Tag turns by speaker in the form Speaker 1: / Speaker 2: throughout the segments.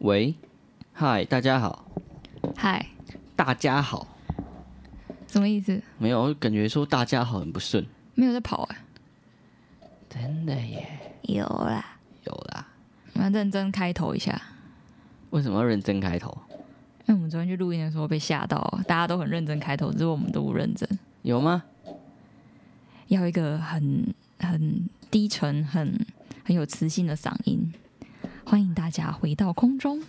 Speaker 1: 喂，嗨，大家好，
Speaker 2: 嗨，
Speaker 1: 大家好，
Speaker 2: 什么意思？
Speaker 1: 没有，我感觉说大家好很不顺，
Speaker 2: 没有在跑哎、
Speaker 1: 真的耶，
Speaker 2: 有啦，
Speaker 1: 有啦，
Speaker 2: 我们要认真开头一下。
Speaker 1: 为什么要认真开头？
Speaker 2: 因为我们昨天去录音的时候被吓到，啊大家都很认真开头，只是我们都不认真，
Speaker 1: 有吗？
Speaker 2: 要一个很很低沉、很很有磁性的嗓音。欢迎大家回到 空中，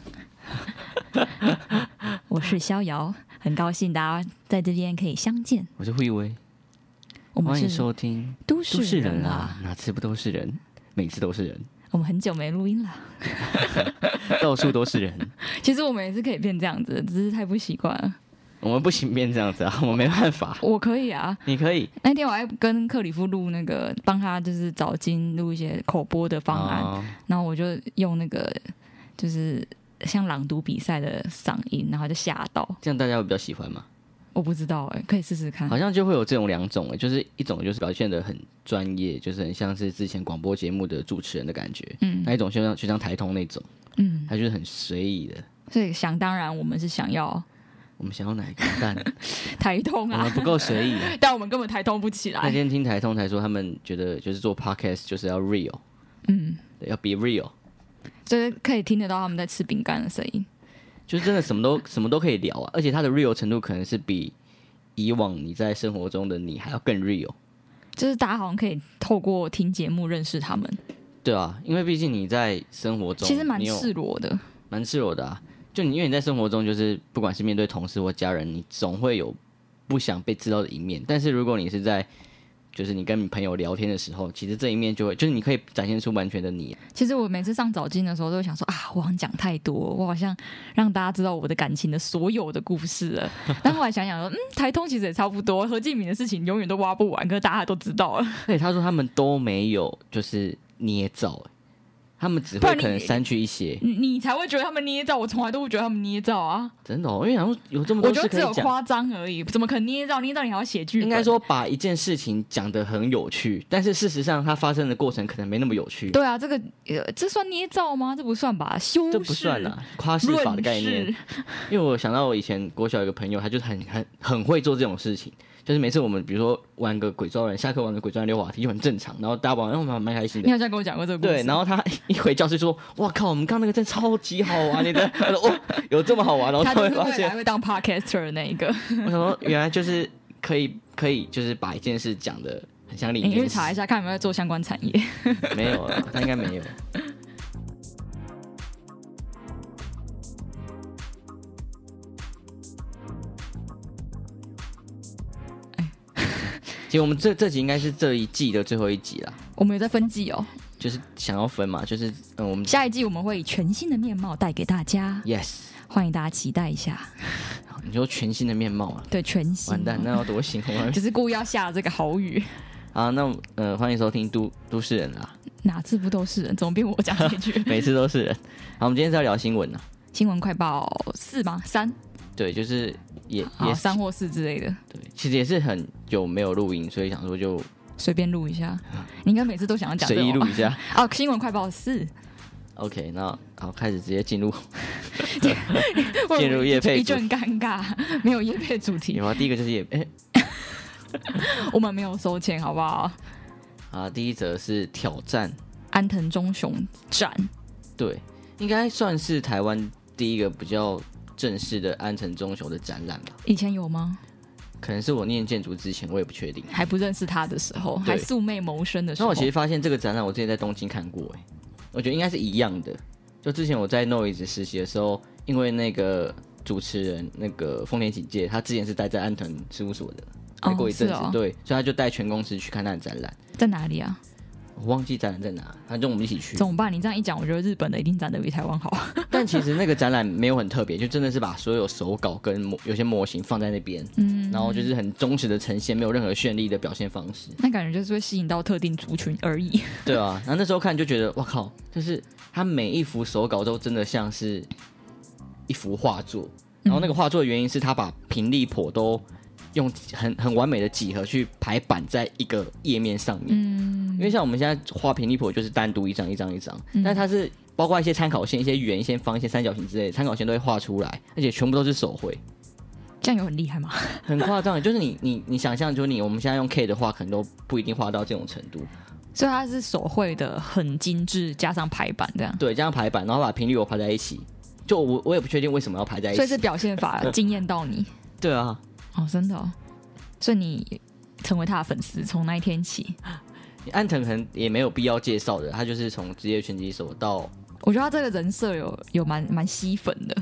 Speaker 2: 我是逍遥，很高兴大家在这边可以相见。
Speaker 1: 我是慧威，
Speaker 2: 我们
Speaker 1: 欢迎
Speaker 2: 是
Speaker 1: 收听
Speaker 2: 都
Speaker 1: 《都市
Speaker 2: 市
Speaker 1: 人啊
Speaker 2: 人》啊
Speaker 1: 啦，，哪次不都是人，每次都是人，
Speaker 2: 我们很久没录音了。
Speaker 1: 到处都是 人。
Speaker 2: 其实我们也是可以变这样子的，只是太不习惯了。
Speaker 1: 我们不行变这样子啊，我们没办法。
Speaker 2: 我可以啊，
Speaker 1: 你可以
Speaker 2: 那天我还跟克里夫录那个，帮他就是找金录一些口播的方案，
Speaker 1: 哦
Speaker 2: 然后我就用那个就是像朗读比赛的嗓音，然后就吓到，
Speaker 1: 这样大家会比较喜欢嘛？
Speaker 2: 我不知道哎、可以试试看
Speaker 1: 好。像就会有这种两种、欸，就是一种就是表现的很专业，就是很像是之前广播节目的主持人的感觉，
Speaker 2: 嗯
Speaker 1: 那一种就像就像台通那种，
Speaker 2: 嗯，
Speaker 1: 他就是很随意的。
Speaker 2: 所以想当然，我们是想要
Speaker 1: 我们想要哪一个？但
Speaker 2: 台通
Speaker 1: 我们
Speaker 2: 啊，
Speaker 1: 不够随意、啊。
Speaker 2: 但我们根本台通不起
Speaker 1: 嗯那
Speaker 2: 来。
Speaker 1: 天听台通才说，他们觉得就是做 podcast 就是要 real，
Speaker 2: 嗯，
Speaker 1: 对要 be real，
Speaker 2: 就是可以听得到他们在吃饼干的声音。
Speaker 1: 就是真的什么 都什么都可以聊啊，而且它的 real 程度可能是比以往你在生活中的你还要更 real。
Speaker 2: 就是大家好像可以透过听节目认识他们，
Speaker 1: 对啊，因为毕竟你在生活中，
Speaker 2: 其实蛮
Speaker 1: 你有
Speaker 2: 赤裸的。
Speaker 1: 蛮赤裸的啊。就你因为你在生活中，就是不管是面对同事或家人，你总会有不想被知道的一面。但是如果你是在就是你跟你朋友聊天的时候，其实这一面就会，就是你可以展现出完全的你。啊
Speaker 2: 其实我每次上早经的时候，都会想说啊，我好像讲太多，我好像让大家知道我的感情的所有的故事了。 但后来想想说，嗯，台通其实也差不多，何敬敏的事情永远都挖不完，可是大家都知道了。
Speaker 1: 而且他说他们都没有就是捏造、欸他们只
Speaker 2: 不
Speaker 1: 会
Speaker 2: 然你
Speaker 1: 可能删去一些，
Speaker 2: 你你才会觉得他们捏造，我从来都不觉得他们捏造啊，
Speaker 1: 真的、哦，因为然后有这么
Speaker 2: 我
Speaker 1: 多
Speaker 2: 觉
Speaker 1: 事
Speaker 2: 得
Speaker 1: 可
Speaker 2: 只有
Speaker 1: 以讲。
Speaker 2: 夸张而已，怎么可能捏造？捏造你还要写剧本？
Speaker 1: 应该说把一件事情讲得很有趣，但是事实上它发生的过程可能没那么有趣，
Speaker 2: 对啊，这个呃，这算捏造吗？这不算吧，修饰
Speaker 1: 这不算啊，夸饰法的概念。
Speaker 2: 论饰，
Speaker 1: 因为我想到我以前国小有个朋友，他就是很很很会做这种事情，就是每次我们比如说玩个鬼抓人，下课玩个鬼抓人溜滑梯就很正常，然后大家玩，然后蛮蛮开心
Speaker 2: 你
Speaker 1: 的。
Speaker 2: 好像跟我讲过这个故事。
Speaker 1: 对，然后他一回教室说：“哇靠，我们刚刚那个真的超级好玩的！” 他说：“哦，有这么好玩哦！”然
Speaker 2: 他
Speaker 1: 后突
Speaker 2: 就
Speaker 1: 然发
Speaker 2: 是未来
Speaker 1: 现，
Speaker 2: 会当 podcaster 的那 一个。
Speaker 1: 我想说，原来就是可以可以，就是把一件事讲的很像另
Speaker 2: 你
Speaker 1: 一
Speaker 2: 去
Speaker 1: 件
Speaker 2: 查一
Speaker 1: 事。
Speaker 2: 下，看有没有在做相关产业。
Speaker 1: 没有啊，他应该没有。其实我们这这集应该是这一季的最后一集啦，
Speaker 2: 我们有在分季哦，
Speaker 1: 就是想要分嘛，就是嗯，我们
Speaker 2: 下一季我们会以全新的面貌带给大家，
Speaker 1: yes，
Speaker 2: 欢迎大家期待一下。
Speaker 1: 你说全新的面貌啊，
Speaker 2: 对，全新哦、
Speaker 1: 完蛋，那要多形容啊！
Speaker 2: 就是故意要下这个好语，
Speaker 1: 好，那我们呃，欢迎收听都都市人啦，？
Speaker 2: 哪次不都是人？怎么变我讲这句
Speaker 1: 每次都是人。好，我们今天是要聊新闻呢，
Speaker 2: 新闻快报四吗？三，
Speaker 1: 对，就是也
Speaker 2: 好，
Speaker 1: 也是
Speaker 2: 三或四之类的，
Speaker 1: 对，其实也是很久没有录音，所以想说就
Speaker 2: 随便录一下。你应该每次都想要讲这
Speaker 1: 随意
Speaker 2: 种
Speaker 1: 录
Speaker 2: 吧。
Speaker 1: 一下。
Speaker 2: 哦，新闻快报 四，
Speaker 1: OK，那好，开始直接进入。
Speaker 2: 进
Speaker 1: 入业配
Speaker 2: 一
Speaker 1: 主
Speaker 2: 阵尴尬， 没有业配主题
Speaker 1: 有，啊，第一个就是也，哎、
Speaker 2: 我们没有收钱，好不好？
Speaker 1: 啊，第一则是挑战，
Speaker 2: 安藤忠雄展，
Speaker 1: 对，应该算是台湾第一个比较正式的安城中雄的展览吧。
Speaker 2: 以前有吗？
Speaker 1: 可能是我念建筑之前，我也不确定。
Speaker 2: 还不认识他的时候，
Speaker 1: 对
Speaker 2: 还素昧谋生的时
Speaker 1: 那
Speaker 2: 候，
Speaker 1: 我其实发现这个展览，我之前在东京看过、哎，我觉得应该是一样的。就之前我在 Noise 实习的时候，因为那个主持人那个丰田警介，他之前是待在安藤事务所的，待过一阵子，
Speaker 2: 哦是哦
Speaker 1: 对，所以他就带全公司去看那个展览。
Speaker 2: 在哪里啊？
Speaker 1: 我忘记展览在哪，反正我们一起去。
Speaker 2: 怎么办？你这样一讲，我觉得日本的一定长得比台湾好。
Speaker 1: 但其实那个展览没有很特别，就真的是把所有手稿跟模有些模型放在那边，嗯，然后就是很忠实的呈现，没有任何绚丽的表现方式。
Speaker 2: 那感觉就是会吸引到特定族群而已。
Speaker 1: 对啊，然后那时候看就觉得，哇靠，就是他每一幅手稿都真的像是一幅画作。然后那个画作的原因是他把平立谱都用很很完美的几何去排版在一个页面上面。因为像我们现在画平立谱就是单独一张一张一张，但它是包括一些参考线、一些圆、一些方、一些三角形之类的参考线都会画出来，而且全部都是手绘，
Speaker 2: 这样有很厉害吗？
Speaker 1: 很夸张。就是你你你想象，就是你我们现在用 K 的话，可能都不一定画到这种程度。
Speaker 2: 所以它是手绘的很精致，加上排版这样，
Speaker 1: 对，加上排版，然后把频率我排在一起。就我我也不确定为什么要排在一
Speaker 2: 所以
Speaker 1: 起。
Speaker 2: 这表现法惊艳到你
Speaker 1: 对啊，
Speaker 2: 哦，真的、哦，所以你成为他的粉丝，从那一天起，
Speaker 1: 安藤可能也没有必要介绍的，他就是从职业拳击手到
Speaker 2: 我觉得他这个人设有有蛮蛮吸粉的，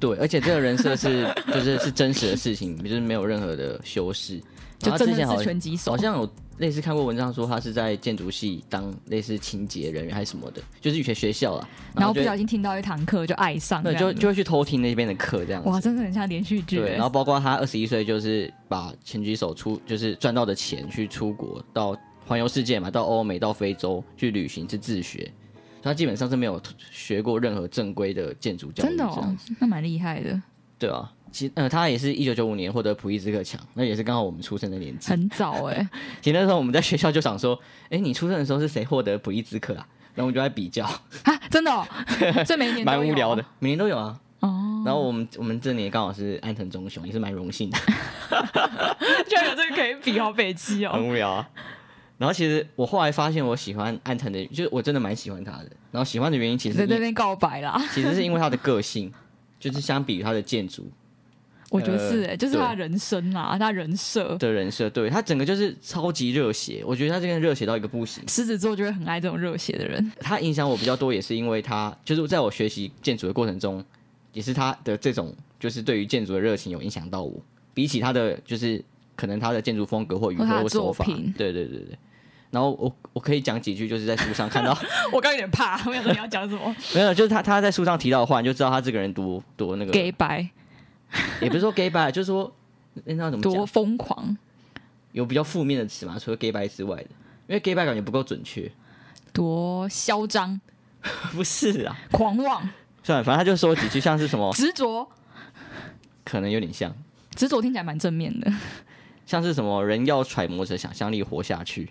Speaker 1: 对，而且这个人设是 就是是真实的事情，就是没有任何的修饰。然
Speaker 2: 就
Speaker 1: 后
Speaker 2: 真
Speaker 1: 啊之前
Speaker 2: 的
Speaker 1: 好像
Speaker 2: 是拳击手
Speaker 1: 好，像有类似看过文章说他是在建筑系当类似清洁人员还是什么的，就是以前学校啦，
Speaker 2: 然后
Speaker 1: 就
Speaker 2: 不小心听到一堂课就爱上这
Speaker 1: 对
Speaker 2: 样
Speaker 1: 就
Speaker 2: 子，
Speaker 1: 就会去偷听那边的课这样
Speaker 2: 哇，
Speaker 1: 子。
Speaker 2: 真的很像连续剧
Speaker 1: 对，
Speaker 2: 欸
Speaker 1: 然，后包括他二十一岁，就是把拳击手出，就是赚到的钱去出国，到环游世界嘛，到欧美，到非洲去旅行，是自学。他基本上是没有学过任何正规的建筑教育，
Speaker 2: 真的哦，那蛮厉害的，
Speaker 1: 对啊，其呃，他也是一九九五年获得普利兹克奖，那也是刚好我们出生的年纪。
Speaker 2: 很早哎、
Speaker 1: 其实那时候我们在学校就想说，哎，你出生的时候是谁获得普利兹克啊？然后我们就在比较，
Speaker 2: 啊， 真的、哦，所以每一年都
Speaker 1: 蛮
Speaker 2: 有
Speaker 1: 无聊的，每年都有啊。
Speaker 2: 哦，
Speaker 1: 然后我们我们这年刚好是安藤忠雄，也是蛮荣幸的，
Speaker 2: 居然有这个可以比，好北七哦，
Speaker 1: 很无聊啊。然后其实我后来发现，我喜欢安藤的，就是我真的蛮喜欢他的。然后喜欢的原因其实
Speaker 2: 在
Speaker 1: 是
Speaker 2: 这边告白啦，
Speaker 1: 其实是因为他的个性，就是相比于他的建筑
Speaker 2: 我觉得是哎、
Speaker 1: 呃
Speaker 2: 就是他的人生啦，他的人设，
Speaker 1: 的人设，对他整个就是超级热血。我觉得他这个人热血到一个不行。
Speaker 2: 狮子座就会很爱这种热血的人，
Speaker 1: 他影响我比较多，也是因为他就是在我学习建筑的过程中，也是他的这种就是对于建筑的热情有影响到我。比起他的就是可能他的建筑风格或语
Speaker 2: 或他的
Speaker 1: 汇或手法
Speaker 2: 作品，
Speaker 1: 对对对对。然后我我可以讲几句，就是在书上看到，
Speaker 2: 我刚有点怕， 我想说你要讲什么
Speaker 1: 没有，就是他他在书上提到的话，你就知道他这个人多多那个，
Speaker 2: 给白
Speaker 1: 也不是说 gay 吧，就是说那那要怎么
Speaker 2: 多
Speaker 1: 讲？
Speaker 2: 疯狂，
Speaker 1: 有比较负面的词嘛，除了 gay 白之外的，因为 gay 白感觉不够准 确，
Speaker 2: 多嚣张，
Speaker 1: 不是啊，
Speaker 2: 狂妄，
Speaker 1: 算了，反正他就说几句像是什么，
Speaker 2: 执着，
Speaker 1: 可能有点像，
Speaker 2: 执着听起来蛮正面的，
Speaker 1: 像是什么人要揣摩着想象力活下去，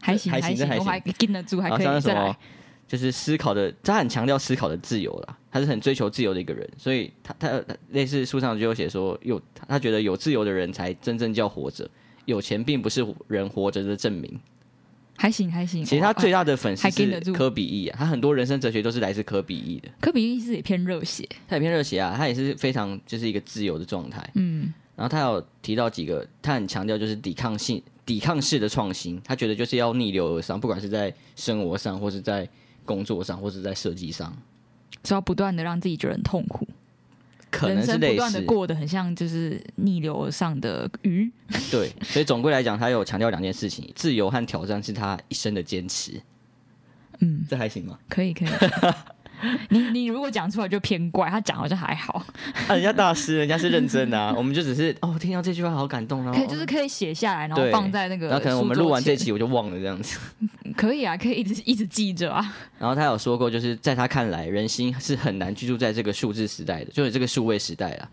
Speaker 2: 还行
Speaker 1: 还行这，
Speaker 2: 行
Speaker 1: 还
Speaker 2: 我
Speaker 1: 行
Speaker 2: 还跟得住，还
Speaker 1: 然后
Speaker 2: 可
Speaker 1: 像
Speaker 2: 以
Speaker 1: 是
Speaker 2: 再
Speaker 1: 什么
Speaker 2: 来，，
Speaker 1: 就是思考的，他很强调思考的自由啦，他是很追求自由的一个人，所以他他他类似书上就有写说，有他他觉得有自由的人才真正叫活着，有钱并不是人活着的证明。
Speaker 2: 还行还行，
Speaker 1: 其实他最大的粉丝
Speaker 2: 还跟得
Speaker 1: 是
Speaker 2: 住
Speaker 1: 科比意啊，他很多人生哲学都是来自科比 E 意的，
Speaker 2: 科比是也偏热血，
Speaker 1: 他也偏热血啊，他也是非常就是一个自由的状态。
Speaker 2: 嗯。
Speaker 1: 然后他有提到几个，他很强调就是抵抗性、抵抗式的创新，他觉得就是要逆流而上，不管是在生活上，或是在工作上，或是在设计上，
Speaker 2: 就要不断的让自己觉得很痛苦，
Speaker 1: 可能
Speaker 2: 人
Speaker 1: 是
Speaker 2: 生不
Speaker 1: 类
Speaker 2: 断的
Speaker 1: 似
Speaker 2: 过得很像就是逆流而上的鱼。
Speaker 1: 对。所以总归来讲，他有强调两件事情：自由和挑战是他一生的坚持。
Speaker 2: 嗯，
Speaker 1: 这还行吗？
Speaker 2: 可以可以。你你如果讲出来就偏怪，他讲好像还好，
Speaker 1: 啊，人家大师，人家是认真的啊，我们就只是哦，听到这句话好感动啊。
Speaker 2: 可以就是可以写下来，然后
Speaker 1: 对
Speaker 2: 放在那个。
Speaker 1: 然后可能我们录完这，期我就忘了这样 子。
Speaker 2: 可以啊，可以一直一直记着啊。
Speaker 1: 然后他有说过，就是在他看来，人心是很难居住在这个数字时代的，就是这个数位时代啦。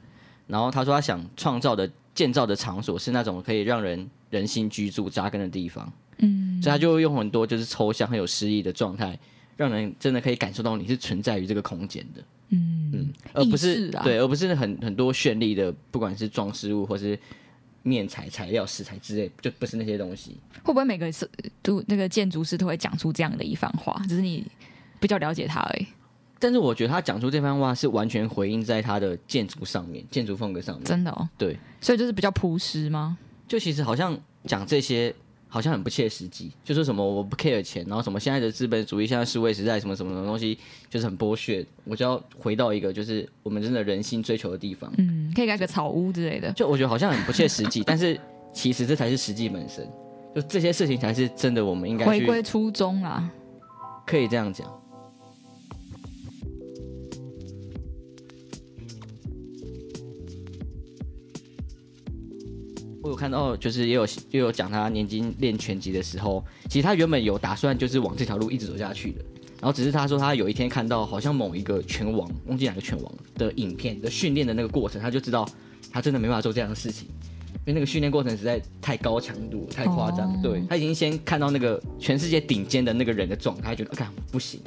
Speaker 1: 然后他说，他想创造的、建造的场所是那种可以让人人心居住、扎根的地方。嗯，所以他就会用很多就是抽象、很有诗意的状态，让人真的可以感受到你是存在于这个空间的。嗯而不
Speaker 2: 意
Speaker 1: 是
Speaker 2: 识啊
Speaker 1: 对，而不是很很多绚丽的，不管是装饰物或是面材、材料、石材之类，就不是那些东西。
Speaker 2: 会不会每个是都那个建筑师都会讲出这样的一番话？只是你比较了解他而已，
Speaker 1: 但是我觉得他讲出这番话是完全回应在他的建筑上面、建筑风格上面。
Speaker 2: 真的哦。
Speaker 1: 对，
Speaker 2: 所以就是比较朴实吗？
Speaker 1: 就其实好像讲这些好像很不切实际，就说什么我不 care 钱，然后什么现在的资本主义、现在数位时代什么什么什么东西，就是很剥削。我就要回到一个就是我们真的人心追求的地方。
Speaker 2: 嗯，可以盖个草屋之类的。
Speaker 1: 就我觉得好像很不切实际，但是其实这才是实际本身，就这些事情才是真的我们应该
Speaker 2: 回
Speaker 1: 去
Speaker 2: 归初衷啊啦，
Speaker 1: 可以这样讲。我有看到，就是也有也有讲他年轻练拳击的时候，其实他原本有打算就是往这条路一直走下去的，然后只是他说他有一天看到好像某一个拳王，忘记哪个拳王的影片的训练的那个过程，他就知道他真的没办法做这样的事情，因为那个训练过程实在太高强度、太夸张。
Speaker 2: 哦
Speaker 1: 对他已经先看到那个全世界顶尖的那个人的状态，他觉得，看、干不行，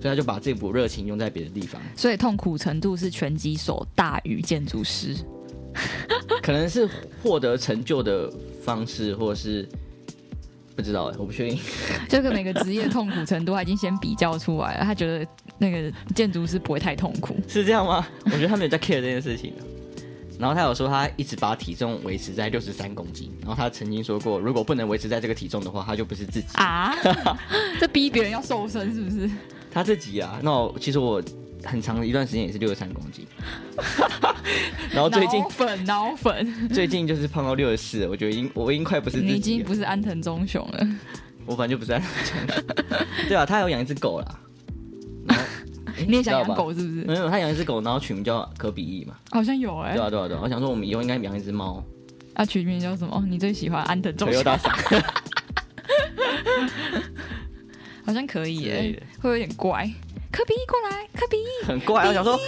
Speaker 1: 所以他就把这股热情用在别的地方，
Speaker 2: 所以痛苦程度是拳击手大于建筑师。
Speaker 1: 可能是获得成就的方式，或者是不知道欸，我不确定。
Speaker 2: 这个每个职业痛苦程度，他已经先比较出来了。他觉得那个建筑师不会太痛苦，
Speaker 1: 是这样吗？我觉得他没有在 care 这件事情啊。然后他有说，他一直把体重维持在六十三公斤。然后他曾经说过，如果不能维持在这个体重的话，他就不是自己，
Speaker 2: 啊，这逼别人要瘦身是不是？
Speaker 1: 他自己啊。那我其实我很长一段时间也是六十三公 斤，然后哦最近
Speaker 2: 脑粉脑粉，
Speaker 1: 最近就是胖到六十四，我觉得已经我已经快不是自己
Speaker 2: 你
Speaker 1: 了，
Speaker 2: 已经不是安藤忠雄 了。
Speaker 1: 我反正就不是在 对啊，他有养一只狗啦。然后
Speaker 2: 你也想养？
Speaker 1: 诶
Speaker 2: 狗是不
Speaker 1: 你知道吧
Speaker 2: 是？
Speaker 1: 没有，他养一只狗，然后取名叫科比翼嘛。
Speaker 2: 好像有哎、
Speaker 1: 啊对啊，对啊，对啊。我想说，我们以后应该养一只猫。
Speaker 2: 啊，取名叫什么？你最喜欢安藤忠
Speaker 1: 又
Speaker 2: 雄？
Speaker 1: 大傻
Speaker 2: 好像可以
Speaker 1: 之
Speaker 2: 哎、
Speaker 1: 类的
Speaker 2: 会有点怪。科比过来，科比，
Speaker 1: 很怪啊，我想说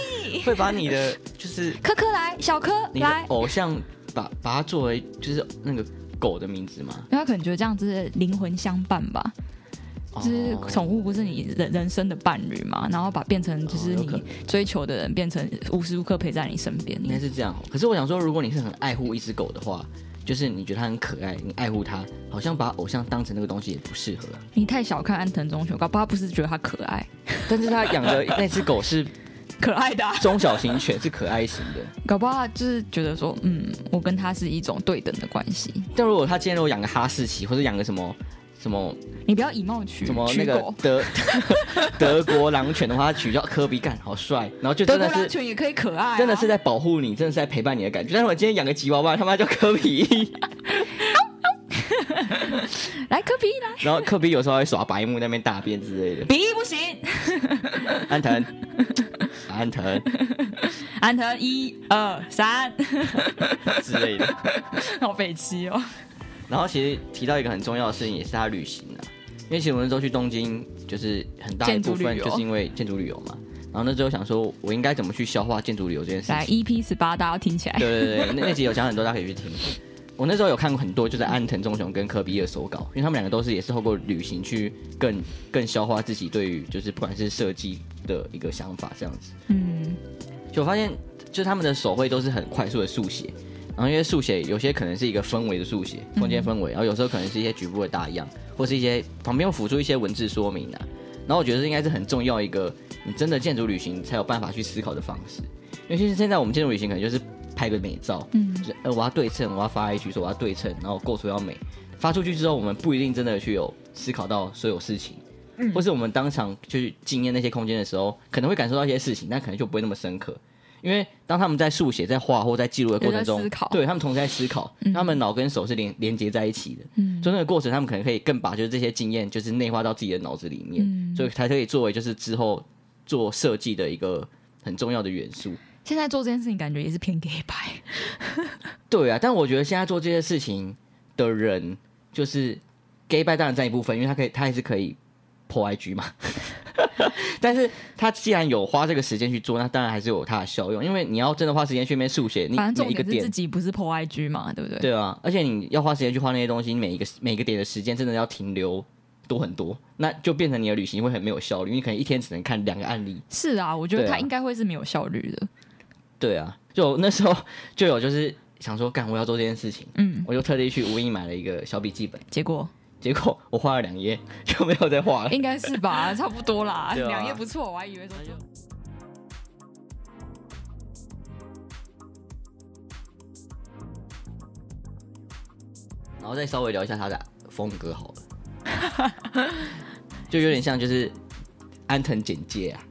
Speaker 1: 会把你的就是
Speaker 2: 科科来，小科
Speaker 1: 你的哦
Speaker 2: 来。
Speaker 1: 偶像把把它作为就是那个狗的名字嘛，
Speaker 2: 因为他可能觉得这样子是灵魂相伴吧，就是
Speaker 1: 哦
Speaker 2: 宠物不是你人人生的伴侣嘛，然后把变成就是
Speaker 1: 哦有可
Speaker 2: 你追求的人，变成无时无刻陪在你身边。
Speaker 1: 应该是这样哦。可是我想说，如果你是很爱护一只狗的话，就是你觉得它很可爱，你爱护它，好像把偶像当成那个东西也不适合啊。
Speaker 2: 你太小看安藤忠雄，搞不好他不是觉得他可爱，
Speaker 1: 但是他养的那只狗是
Speaker 2: 可爱的啊、
Speaker 1: 中小型犬，是可爱型的。
Speaker 2: 搞不好他就是觉得说，嗯，我跟他是一种对等的关系。
Speaker 1: 但如果他今天如果养个哈士奇，或者养个什么什么
Speaker 2: 你不要以貌取
Speaker 1: 什么
Speaker 2: 取
Speaker 1: 那个
Speaker 2: 狗，
Speaker 1: 德 德国狼犬的话，他取叫科比，干好帅，然后就
Speaker 2: 德
Speaker 1: 真
Speaker 2: 国
Speaker 1: 的
Speaker 2: 狼
Speaker 1: 是
Speaker 2: 犬也可以可爱、啊，
Speaker 1: 真的是在保护你，真的是在陪伴你的感觉。但是我今天养个吉娃娃，他妈叫科比，
Speaker 2: 来科比 来，
Speaker 1: 然后科比有时候还会耍白目，在那边大便之类的。
Speaker 2: 比不行，
Speaker 1: 安藤，安藤
Speaker 2: 安藤一二三，
Speaker 1: 之类的。
Speaker 2: 好北齐哦。
Speaker 1: 然后其实提到一个很重要的事情，也是他旅行啊，因为其实我那时候去东京，就是很大一部
Speaker 2: 建筑旅
Speaker 1: 分
Speaker 2: 游
Speaker 1: 就是因为建筑旅游嘛。然后那时候想说，我应该怎么去消化建筑旅游这件事
Speaker 2: 来
Speaker 1: 情。
Speaker 2: EP 十八，大家要听起 来。
Speaker 1: 对对对，那那集有讲很多，大家可以去听。我那时候有看过很多，就是安藤忠雄跟科比的手稿，因为他们两个都是也是透过旅行去更更消化自己对于就是不管是设计的一个想法这样子。
Speaker 2: 嗯，
Speaker 1: 就我发现，就是他们的手绘都是很快速的速写，然后因为速写有些可能是一个氛围的速写，空间氛围，然后有时候可能是一些局部的打样，或是一些旁边会辅助一些文字说明啊。然后我觉得这应该是很重要一个你真的建筑旅行才有办法去思考的方式，尤其是现在我们建筑旅行可能就是拍个美照，嗯，就是呃我要对称，我要发 IG 说我要对称，然后构图要美，发出去之后我们不一定真的去有思考到所有事情。
Speaker 2: 嗯
Speaker 1: 或是我们当场就是经验那些空间的时候，可能会感受到一些事情，但可能就不会那么深刻。因为当他们在速写、在画或在记录的过程
Speaker 2: 有在
Speaker 1: 中
Speaker 2: 思考，嗯
Speaker 1: 对他们同时在思考，他们脑跟手是连连接在一起的，嗯，所以那个过程他们可能可以更把就是这些经验就是内化到自己的脑子里面，
Speaker 2: 嗯
Speaker 1: 所以才可以作为就是之后做设计的一个很重要的元素。
Speaker 2: 现在做这件事情感觉也是偏 gay 白，
Speaker 1: 对啊，但我觉得现在做这些事情的人，就是 gay 拜当然占一部分，因为他可以，他还是可以破 IG 嘛。 但是他既然有花这个时间去做，那当然还是有它的效用，因为你要真的花时间去那边速写，你
Speaker 2: 反正
Speaker 1: 每
Speaker 2: 重
Speaker 1: 一个
Speaker 2: 点是
Speaker 1: 点，
Speaker 2: 自己不是 po IG 嘛，对不对？
Speaker 1: 对啊，而且你要花时间去画那些东西，你每一个每一个点的时间真的要停留多很多，那就变成你的旅行会很没有效率，你可能一天只能看两个案例。
Speaker 2: 是啊，我觉得
Speaker 1: 对啊
Speaker 2: 他应该会是没有效率的。
Speaker 1: 对啊，就那时候就有就是想说，干我要做这件事情，
Speaker 2: 嗯，
Speaker 1: 我就特地去无印买了一个小笔记本。
Speaker 2: 结果
Speaker 1: 结果我画了两页 就没有再画了。
Speaker 2: 应该是 吧，差不多啦，
Speaker 1: 对啊
Speaker 2: 两页不错，我还以为说就。
Speaker 1: 然后再稍微聊一下他的风格好了， 就有点像就是安藤简介啊，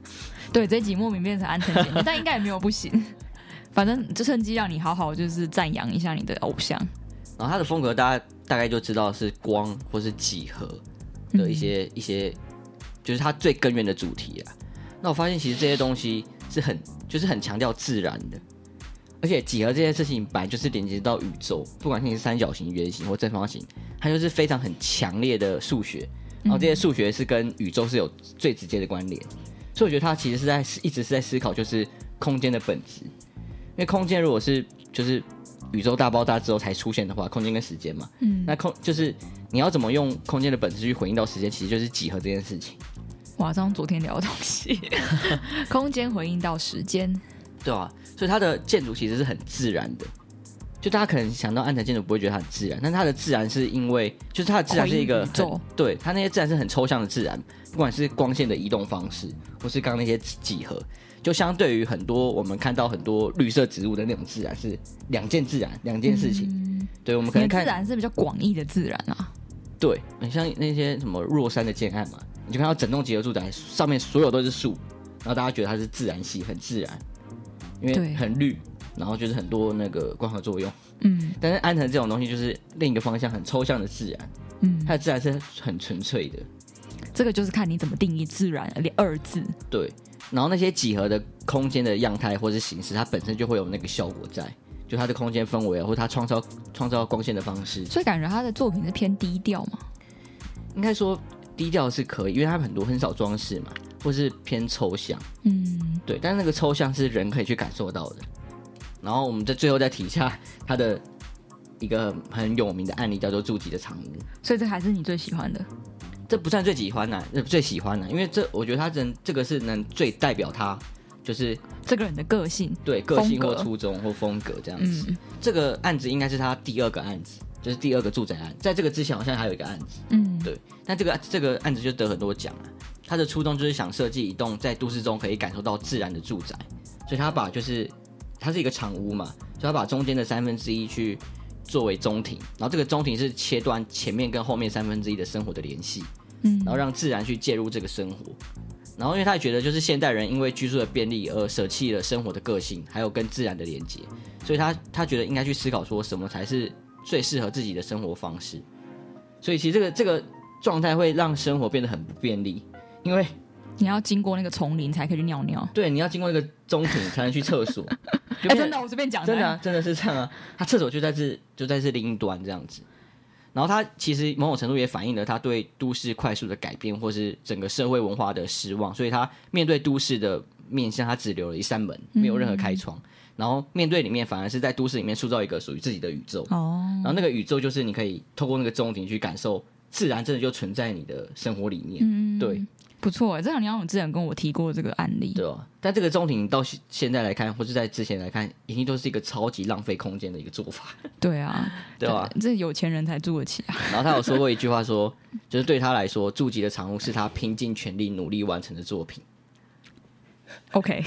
Speaker 2: 对，这一集莫名变成安藤 姐，但应该也没有不行。反正就趁机让你好好就是赞扬一下你的偶像，
Speaker 1: 然后他的风格大家大概就知道是光或是几何的一些、一些，就是他最根源的主题啊。那我发现其实这些东西是很就是很强调自然的。而且几何这件事情本来就是连接到宇宙，不管你是三角形、圆形或正方形，它就是非常很强烈的数学。然后这些数学是跟宇宙是有最直接的关联，所以我觉得他其实是在一直是在思考就是空间的本质，因为空间如果是就是宇宙大爆炸之后才出现的话，空间跟时间嘛，嗯，那空就是你要怎么用空间的本质去回应到时间，其实就是几何这件事情。
Speaker 2: 哇，这样昨天聊的东 西，空间回应到时间，
Speaker 1: 对啊，所以它的建筑其实是很自然的。就大家可能想到暗宅建筑不会觉得它很自然，但它的自然是因为就是它的自然是一个
Speaker 2: 哦回应宇宙
Speaker 1: 很对它那些自然是很抽象的自然，不管是光线的移动方式，或是刚刚那些几何，就相对于很多我们看到很多绿色植物的那种自然是两件自然两件事情。对，我们可
Speaker 2: 你
Speaker 1: 能
Speaker 2: 的嗯
Speaker 1: 看
Speaker 2: 自然是比较广义的自然啊，
Speaker 1: 对，很像那些什么若山的建案嘛，你就看到整栋集合住宅上面所有都是树，然后大家觉得它是自然系，很自然，因
Speaker 2: 对
Speaker 1: 为很绿，然后就是很多那个光合作用。
Speaker 2: 嗯
Speaker 1: 但是安藤这种东西就是另一个方向，很抽象的自然，
Speaker 2: 嗯，
Speaker 1: 它的自然是很纯粹的，
Speaker 2: 这个就是看你怎么定义自然呃二字，
Speaker 1: 对。然后那些几何的空间的样态或是形式，它本身就会有那个效果在，就它的空间氛围啊，或它创造创造光线的方式，
Speaker 2: 所以感觉他的作品是偏低调嘛，
Speaker 1: 应该说低调是可以，因为它很多很少装饰嘛，或是偏抽象。
Speaker 2: 嗯，
Speaker 1: 对，但是那个抽象是人可以去感受到的。然后我们在最后再提一下 他的一个很有名的案例，叫做《住吉的长屋》。
Speaker 2: 所以这还是你最喜欢的，
Speaker 1: 这不算最喜欢呐、呃最喜欢呐、因为这我觉得他真这个是能最代表他，就是
Speaker 2: 这个人的个性，
Speaker 1: 对个性
Speaker 2: 风
Speaker 1: 或
Speaker 2: 格
Speaker 1: 初衷或风格这样子。
Speaker 2: 嗯
Speaker 1: 这个案子应该是他第二个案子，就是第二个住宅案。在这个之前好像还有一个案子，
Speaker 2: 嗯，
Speaker 1: 对，但这个这个案子就得很多奖啊。他的初衷就是想设计一栋在都市中可以感受到自然的住宅，所以他把就是它是一个长屋嘛，所以他把中间的三分之一去作为中庭，然后这个中庭是切断前面跟后面三分之一的生活的联系，
Speaker 2: 嗯
Speaker 1: 然后让自然去介入这个生活。然后，因为他也觉得，就是现代人因为居住的便利而舍弃了生活的个性，还有跟自然的连接，所以他他觉得应该去思考说什么才是最适合自己的生活方式。所以，其实这个这个状态会让生活变得很不便利，因为
Speaker 2: 你要经过那个丛林才可以去尿尿，
Speaker 1: 对你要经过一个中庭才能去厕所，就
Speaker 2: 哎，
Speaker 1: 变
Speaker 2: 真
Speaker 1: 得
Speaker 2: 的，我随便讲
Speaker 1: 真的、啊、真的是这样啊！他厕所就在这就在这另一端这样子。然后他其实某种程度也反映了他对都市快速的改变，或是整个社会文化的失望，所以他面对都市的面向，他只留了一扇门，没有任何开窗。然后面对里面，反而是在都市里面塑造一个属于自己的宇宙。
Speaker 2: 哦，
Speaker 1: 然后那个宇宙就是你可以透过那个中庭去感受自然，真的就存在你的生活里面。
Speaker 2: 嗯
Speaker 1: 对，
Speaker 2: 不错欸，这两年你之前跟我提过这个案例，
Speaker 1: 对吧？但这个中庭到现现在来看，或是在之前来看，一定都是一个超级浪费空间的一个做法，
Speaker 2: 对啊，
Speaker 1: 对吧？
Speaker 2: 这？这有钱人才住得起啊，
Speaker 1: 然后他有说过一句话说，就是对他来说，住吉的长屋是他拼尽全力努力完成的作品。
Speaker 2: OK，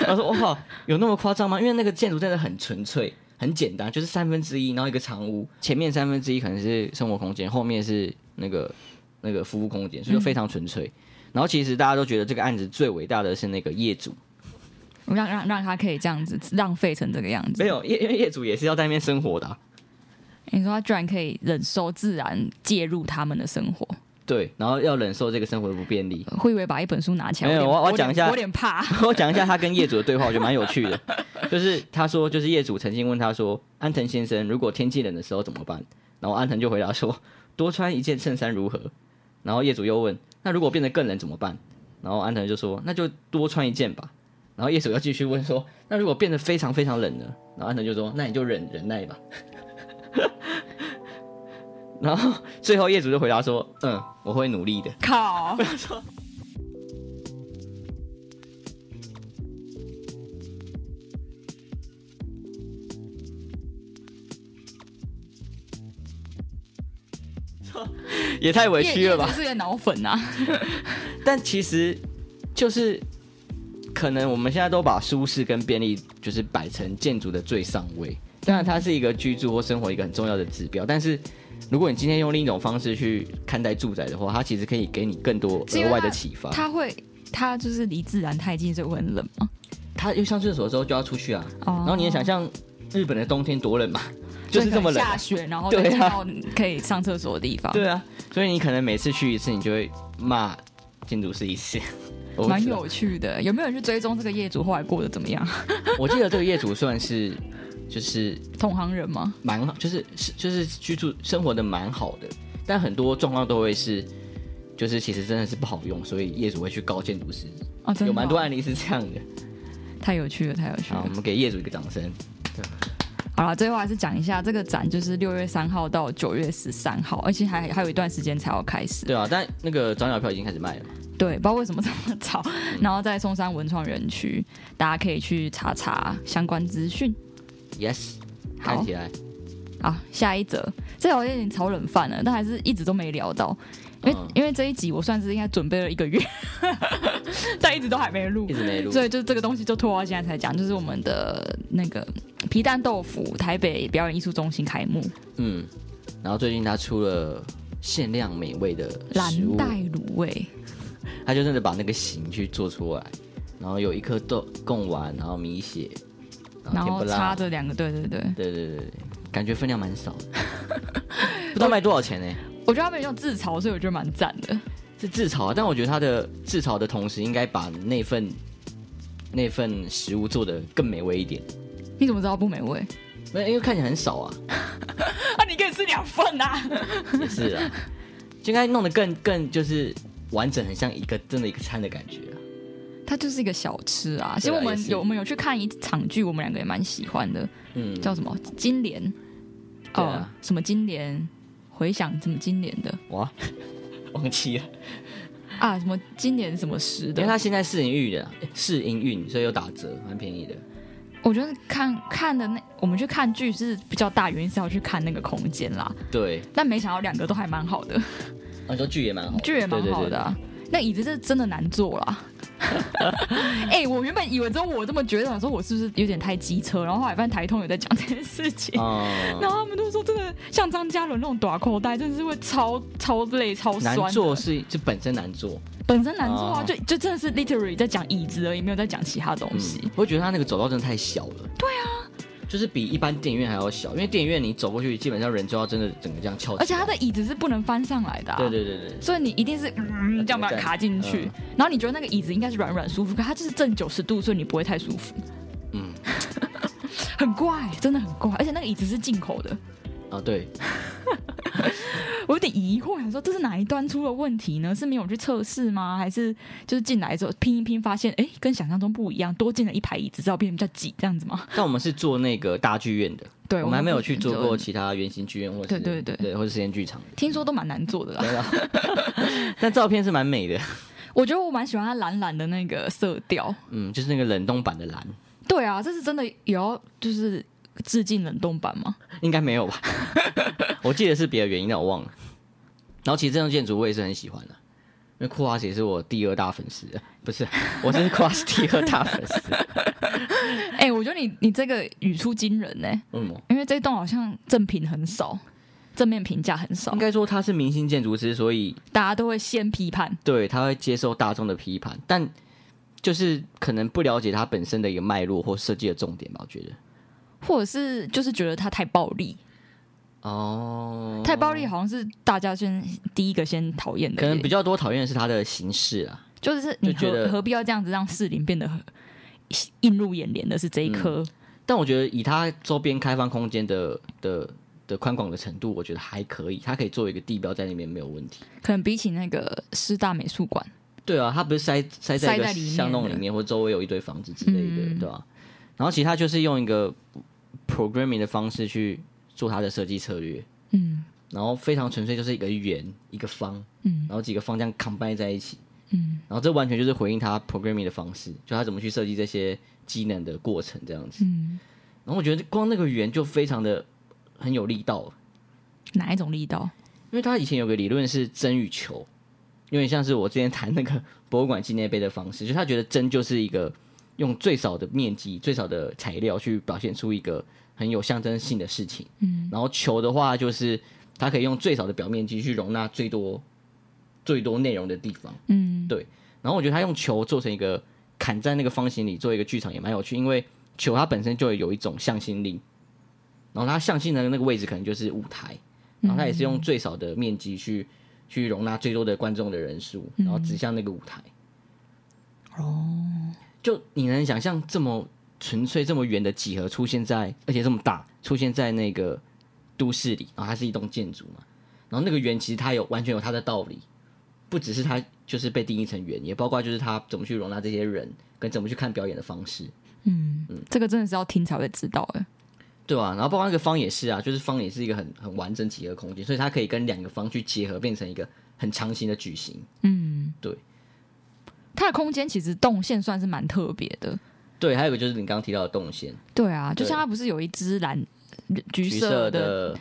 Speaker 1: 他说：“哇，有那么夸张吗？因为那个建筑真的很纯粹、很简单，就是三分之一，然后一个长屋，前面三分之一可能是生活空间，后面是那个那个服务空间，所以就非常纯粹。然后其实大家都觉得这个案子最伟大的是那个业主，
Speaker 2: 让让让他可以这样子浪费成这个样子
Speaker 1: 没。有业因为业主也是要在那边生活的啊、
Speaker 2: 你说他居然可以忍受自然介入他们的生活，
Speaker 1: 对，然后要忍受这个生活的不便利。”
Speaker 2: 会以为把一本书拿起来。
Speaker 1: 没有
Speaker 2: 有点
Speaker 1: 我我讲一下
Speaker 2: 有点怕。
Speaker 1: 我讲一下他跟业主的对话，我觉得蛮有趣的。就是他说，就是业主曾经问他说：“安藤先生，如果天气冷的时候怎么办？”然后安藤就回答说：“多穿一件衬衫如何？”然后业主又问：“那如果变得更冷怎么办？”然后安藤就说：“那就多穿一件吧。”然后业主又继续问说：“那如果变得非常非常冷呢？”然后安藤就说：“那你就忍忍耐吧。” 然后最后业主就回答说：“嗯，我会努力的。”
Speaker 2: 靠，
Speaker 1: 也太委屈了吧
Speaker 2: 业业！主是个脑粉啊！
Speaker 1: 但其实就是可能我们现在都把舒适跟便利就是摆成建筑的最上位，当然它是一个居住或生活一个很重要的指标，但是。如果你今天用另一种方式去看待住宅的话，它其实可以给你更多
Speaker 2: 是因为
Speaker 1: 额外的
Speaker 2: 它
Speaker 1: 启发。
Speaker 2: 他会，他就是离自然太近，所以会很冷嘛。
Speaker 1: 它因为上厕所的时候就要出去啊，
Speaker 2: 哦
Speaker 1: 然后你也想象日本的冬天多冷嘛，就是这么冷
Speaker 2: 所以可能
Speaker 1: 啊、
Speaker 2: 下雪，然后再
Speaker 1: 对啊
Speaker 2: 进到可以上厕所的地方。
Speaker 1: 对啊，所以你可能每次去一次，你就会骂建筑师一次。我不
Speaker 2: 蛮
Speaker 1: 知道
Speaker 2: 有趣的，有没有人去追踪这个业主后来过得怎么样？
Speaker 1: 我记得这个业主算是就是
Speaker 2: 同行人吗？
Speaker 1: 蛮好，就是是就是居住生活的蛮好的，但很多状况都会是，就是其实真的是不好用，所以业主会去告建筑师，
Speaker 2: 哦，真的哦
Speaker 1: 有蛮多案例是这样 的。
Speaker 2: 太有趣了，太有趣
Speaker 1: 好，
Speaker 2: 了
Speaker 1: 我。们给业主一个掌声。
Speaker 2: 好了，最后还是讲一下这个展，就是六月三号到九月十三号，而且还还有一段时间才要开始。
Speaker 1: 对啊，但那个转角票已经开始卖了嘛，
Speaker 2: 对，不知道为什么这么早。然后在松山文创园区，大家可以去查查相关资讯。
Speaker 1: Yes，
Speaker 2: 好
Speaker 1: 看起来，
Speaker 2: 好，下一则，这条有点炒冷饭了，但还是一直都没聊到，因为、
Speaker 1: 嗯
Speaker 2: 因为这一集我算是应该准备了一个月， 但一直都还没录
Speaker 1: 一。直 没录。
Speaker 2: 所以就是这个东西就拖到现在才讲，就是我们的那个皮蛋豆腐台北表演艺术中心开幕，
Speaker 1: 嗯，然后最近他出了限量美味的
Speaker 2: 蓝
Speaker 1: 食物，
Speaker 2: 带卤味，
Speaker 1: 他就真的把那个形去做出来，然后有一颗豆贡丸，然后米血，
Speaker 2: 然
Speaker 1: 天
Speaker 2: 后
Speaker 1: 不
Speaker 2: 插
Speaker 1: 辣，
Speaker 2: 着两个，对对对，
Speaker 1: 对对对对，感觉分量蛮少的， 不知道卖多少钱呢、
Speaker 2: 我觉得他们有种自嘲，所以我觉得蛮赞的。
Speaker 1: 是自嘲啊，但我觉得他的自嘲的同时，应该把那份那份食物做的更美味一点。
Speaker 2: 你怎么知道不美 味？
Speaker 1: 那因为看起来很少 啊，
Speaker 2: 啊，你可以吃两份啊！
Speaker 1: 也是啊，就应该弄得更更就是完整，很像一个真的一个餐的感觉、啊。
Speaker 2: 它就是一个小吃啊。其实我
Speaker 1: 也
Speaker 2: 们
Speaker 1: 是
Speaker 2: 有我们有去看一场剧，我们两个也蛮喜欢的，
Speaker 1: 嗯，
Speaker 2: 叫什么金莲？
Speaker 1: 对啊
Speaker 2: 哦什么金莲？回想什么金莲的
Speaker 1: 哇，
Speaker 2: 哦
Speaker 1: 忘记了，
Speaker 2: 啊？什么金莲什么石
Speaker 1: 因
Speaker 2: 的
Speaker 1: 为？它现在试营运的试营运，所以有打折，蛮便宜的。
Speaker 2: 我觉得看看的那我们去看剧是比较大原因是要去看那个空间啦，
Speaker 1: 对，
Speaker 2: 但没想到两个都还蛮好的，
Speaker 1: 啊，你说剧也蛮好的，
Speaker 2: 剧也蛮
Speaker 1: 对
Speaker 2: 好的、。啊。那椅子是真的难坐 啦。哎、我原本以为只有我这么觉得，想说我是不是有点太机车，然后后来发现台通有在讲这件事情
Speaker 1: 对对， 哦、
Speaker 2: 然后他们都说，真的像张嘉伦那种短口袋，真的是会超超累、超酸的。
Speaker 1: 难做是是本身难做，
Speaker 2: 本身难做啊，
Speaker 1: 哦
Speaker 2: 就就真的是 literally 在讲椅子而已，没有在讲其他东
Speaker 1: 嗯
Speaker 2: 西。，
Speaker 1: 我会觉得它那个走道真的太小了。对啊，就是比一般电影院还要小，因为电影院你走过去，基本上人就要真的整个这样翘起来。
Speaker 2: 而且他的椅子是不能翻上来的、啊，
Speaker 1: 对对对对，
Speaker 2: 所以你一定是嗯这样把它卡进去，
Speaker 1: 嗯
Speaker 2: 然后你觉得那个椅子应该是软软舒服，可它就是正九十度，所以你不会太舒服，
Speaker 1: 嗯，
Speaker 2: 很怪，真的很怪。而且那个椅子是进口的，
Speaker 1: 啊对，
Speaker 2: 我有点疑惑，想说这是哪一端出了问题呢？是没有去测试吗？还是就是进来之后拼一拼发现，哎，跟想象中不一样，多进了一排椅子，之后变得比较挤这样子 吗？
Speaker 1: 但我们是做那个大剧院的，
Speaker 2: 对，
Speaker 1: 我们还没有去
Speaker 2: 不
Speaker 1: 做
Speaker 2: 选
Speaker 1: 过
Speaker 2: 择，
Speaker 1: 其他圆形剧院或者是
Speaker 2: 对对对
Speaker 1: 或者时间剧 场的。
Speaker 2: 听说都蛮难做的啦。
Speaker 1: 没有但照片是蛮美的，
Speaker 2: 我觉得我蛮喜欢它蓝蓝的那个色调。
Speaker 1: 嗯，就是那个冷冻版的蓝，
Speaker 2: 对啊，这是真的也要就是致敬冷冻 版吗？
Speaker 1: 应该没有 吧？我记得是别的原因，但我忘了。然后其实这栋建筑我也是很喜欢的、啊因为库哈斯也是我第二大粉丝，不是，我是库哈斯第二大粉丝。
Speaker 2: 哎、我觉得你你这个语出惊人呢、
Speaker 1: 嗯，
Speaker 2: 因为这栋好像正品很少，正面评价很少
Speaker 1: 应，该说他是明星建筑师，所以
Speaker 2: 大家都会先批判。
Speaker 1: 对他会接受大众的批判，但就是可能不了解他本身的一个脉络或设计的重点吧，我觉得。
Speaker 2: 或者是就是觉得它太暴力，
Speaker 1: 哦，
Speaker 2: 太暴力好像是大家先第一个先讨厌的，
Speaker 1: 可能比较多讨厌的是他的形式啊。
Speaker 2: 就是你
Speaker 1: 就觉
Speaker 2: 何
Speaker 1: 得
Speaker 2: 何必要这样子让士林变得很映入眼帘的是这一颗、
Speaker 1: 嗯但我觉得以它周边开放空间的的的宽广的程度，我觉得还可以，它可以做一个地标在那边没有问题。
Speaker 2: 可能比起那个师大美术馆，
Speaker 1: 对啊，它不是塞塞在一
Speaker 2: 塞在
Speaker 1: 个
Speaker 2: 里面的
Speaker 1: 巷弄里面，或周围有一堆房子之类的，
Speaker 2: 嗯
Speaker 1: 对吧、然后其实它就是用一个 programming 的方式去做它的设计策略，
Speaker 2: 嗯
Speaker 1: 然后非常纯粹就是一个圆一个方，
Speaker 2: 嗯
Speaker 1: 然后几个方向 combine 在一起，
Speaker 2: 嗯，
Speaker 1: 然后这完全就是回应它 programming 的方式，就它怎么去设计这些机能的过程这样子。
Speaker 2: 嗯，
Speaker 1: 然后我觉得光那个圆就非常的很有力道，
Speaker 2: 哪一种力道？
Speaker 1: 因为他以前有个理论是真与球，有点像是我之前谈那个 博物馆纪念碑的方式，就是他觉得真就是一个用最少的面积、最少的材料去表现出一个很有象征性的事情，嗯，然后球的话就是它可以用最少的表面积去容纳最多最多内容的地方，
Speaker 2: 嗯
Speaker 1: 然后我觉得他用球做成一个砍在那个方形里做一个剧场也蛮有趣，因为球它本身就有一种向心力，然后它向心的那个位置可能就是舞台，然后它也是用最少的面积去去容纳最多的观众的人数，然后指向那个舞台。哦，就你能想象这么纯粹这么圆的几何出现在，而且这么大，出现在那个都市里，然后它是一栋建筑嘛，然后那个圆其实它有完全有它的道理。不只是它就是被定义成圆，也包括就是它怎么去容纳这些人，跟怎么去看表演的方式，
Speaker 2: 嗯，这个真的是要听才会知道哎、
Speaker 1: 对吧、然后包括那个方也是啊，就是方也是一个很很完整几何空间，所以它可以跟两个方去结合，变成一个很长形的矩形。
Speaker 2: 嗯，它的空间其实动线算是蛮特别的。
Speaker 1: 对，还有一个就是你刚刚提到的动线，
Speaker 2: 对啊，就像
Speaker 1: 对
Speaker 2: 它不是有一只蓝橘
Speaker 1: 橘
Speaker 2: 色
Speaker 1: 色
Speaker 2: 的
Speaker 1: 的，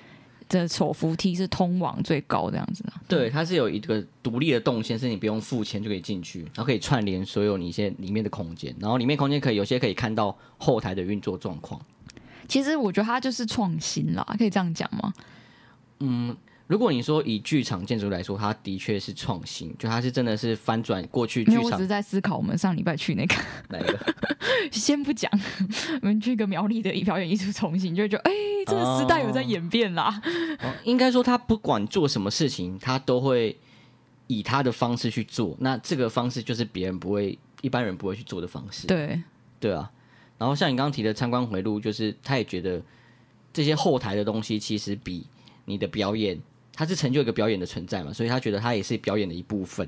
Speaker 2: 的手扶梯是通往最高这样子啊吗？
Speaker 1: 对，它是有一个独立的动线，是你不用付钱就可以进去，然后可以串联所有你一些里面的空间，然后里面空间可以有些可以看到后台的运作状况。
Speaker 2: 其实我觉得它就是创新啦，可以这样讲吗？
Speaker 1: 如果你说以剧场建筑来说，它的确是创新，就它是真的是翻转过去
Speaker 2: 没
Speaker 1: 剧
Speaker 2: 有，我只
Speaker 1: 场
Speaker 2: 是在思考我们上礼拜去那个，
Speaker 1: 哪一个
Speaker 2: 先不讲， 我们去一个苗栗的表演艺术中心，就会觉得哎、这个时代有在演变啦。
Speaker 1: 哦应该说他不管做什么事情，他都会以他的方式去做。那这个方式就是别人不会、一般人不会去做的方式，
Speaker 2: 对，
Speaker 1: 对啊。然后像你刚刚提的参观回路，就是他也觉得这些后台的东西其实比你的表演，它是成就一个表演的存在嘛，所以他觉得它也是表演的一部分，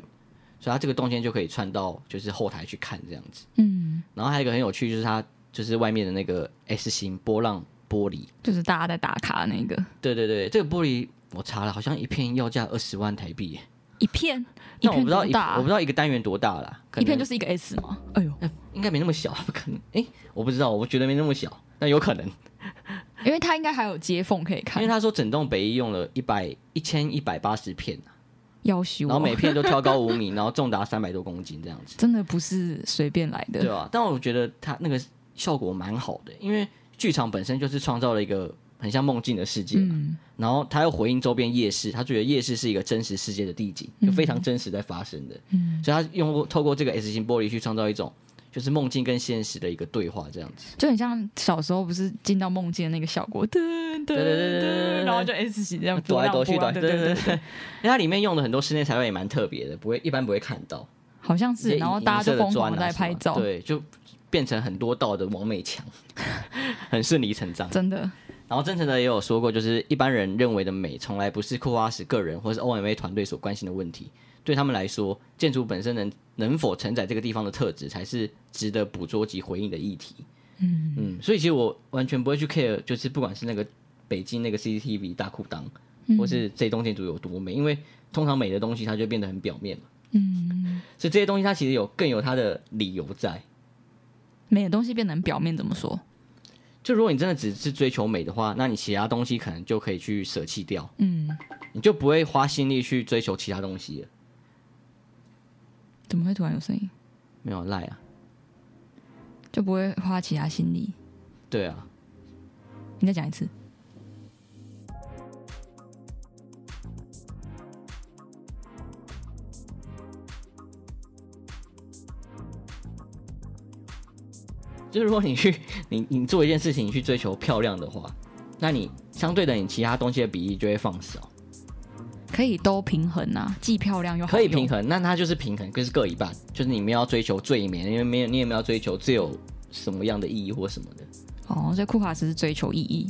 Speaker 1: 所以他这个动线就可以串到就是后台去看这样子。
Speaker 2: 嗯，
Speaker 1: 然后还有一个很有趣，就是它就是外面的那个 S 型波浪玻璃，
Speaker 2: 就是大家在打卡的那个
Speaker 1: 对对对，这个玻璃我查了，好像一片要价二十万台币耶，
Speaker 2: 一片，一
Speaker 1: 但我
Speaker 2: 片
Speaker 1: 不知道
Speaker 2: 多
Speaker 1: 一
Speaker 2: 大啊、
Speaker 1: 我不知道一个单元多大啦，可
Speaker 2: 一
Speaker 1: 能
Speaker 2: 片就是一个 S 嘛。哎呦，
Speaker 1: 应该没那么小， 不可能，哎，我不知道，我觉得没那么小，但有可能，
Speaker 2: 因为它应该还有接缝可以
Speaker 1: 因
Speaker 2: 看
Speaker 1: 为，他说整栋北一用了一百一千一百八十片啊，
Speaker 2: 要修、
Speaker 1: 然后每片都挑高五米， 然后重达三百多公斤这样子，
Speaker 2: 真的不是随便来的。
Speaker 1: 对啊吧、但我觉得他那个效果蛮好的，因为剧场本身就是创造了一个很像梦境的世界嘛。
Speaker 2: 嗯，
Speaker 1: 然后他又回应周边夜市，他觉得夜市是一个真实世界的地景，就非常真实在发生的。
Speaker 2: 嗯
Speaker 1: 所以他用过透过这个 S 型玻璃去创造一种就是梦境跟现实的一个对话，这样子。
Speaker 2: 就很像小时候不是进到梦境的那个效果，噔噔
Speaker 1: 对对对
Speaker 2: 噔，
Speaker 1: 对
Speaker 2: 然后就 S 型这样
Speaker 1: 躲来躲去，
Speaker 2: 波
Speaker 1: 躲
Speaker 2: 浪
Speaker 1: 来
Speaker 2: 波浪
Speaker 1: 对对对
Speaker 2: 对对对，
Speaker 1: 对。 因为它里面用的很多室内材料也蛮特别的，不会一般不会看到。
Speaker 2: 好像
Speaker 1: 一
Speaker 2: 是，
Speaker 1: 些
Speaker 2: 然后
Speaker 1: 银
Speaker 2: 大家就
Speaker 1: 银色的
Speaker 2: 疯
Speaker 1: 砖
Speaker 2: 狂
Speaker 1: 啊
Speaker 2: 地在
Speaker 1: 什么
Speaker 2: 拍照，
Speaker 1: 对，就变成很多道的完美墙， 很顺理成章。
Speaker 2: 真的，
Speaker 1: 然后真诚的也有说过，就是一般人认为的美，从来不是库哈什个人或是 OMA 团队所关心的问题。对他们来说，建筑本身能能否承载这个地方的特质，才是值得捕捉及回应的议题。嗯嗯，所以其实我完全不会去 care，就是不管是那个北京那个 CCTV 大裤裆，或是这栋建筑有多美，因为通常美的东西它就变得很表面嘛。嗯，所以这些东西它其实有更有它的理由在。
Speaker 2: 美的东西变得很表面，怎么说？
Speaker 1: 就如果你真的只是追求美的话，那你其他东西可能就可以去舍弃掉。
Speaker 2: 嗯，
Speaker 1: 你就不会花心力去追求其他东西了。
Speaker 2: 怎么会突然有声音？
Speaker 1: 没有赖啊，
Speaker 2: 就不会花其他心力？
Speaker 1: 对啊，
Speaker 2: 你再讲一次。
Speaker 1: 就是如果你去 你你做一件事情，你去追求漂亮的话，那你相对的你其他东西的比例就会放少，
Speaker 2: 可以都平衡啊，既漂亮又好
Speaker 1: 可以
Speaker 2: 用
Speaker 1: 平。衡，那它就是平衡，就是各一半，就是你们要追求最美，因为没有你也没有追求最有什么样的意义或什么的，
Speaker 2: 哦，所以库卡斯是追求意义，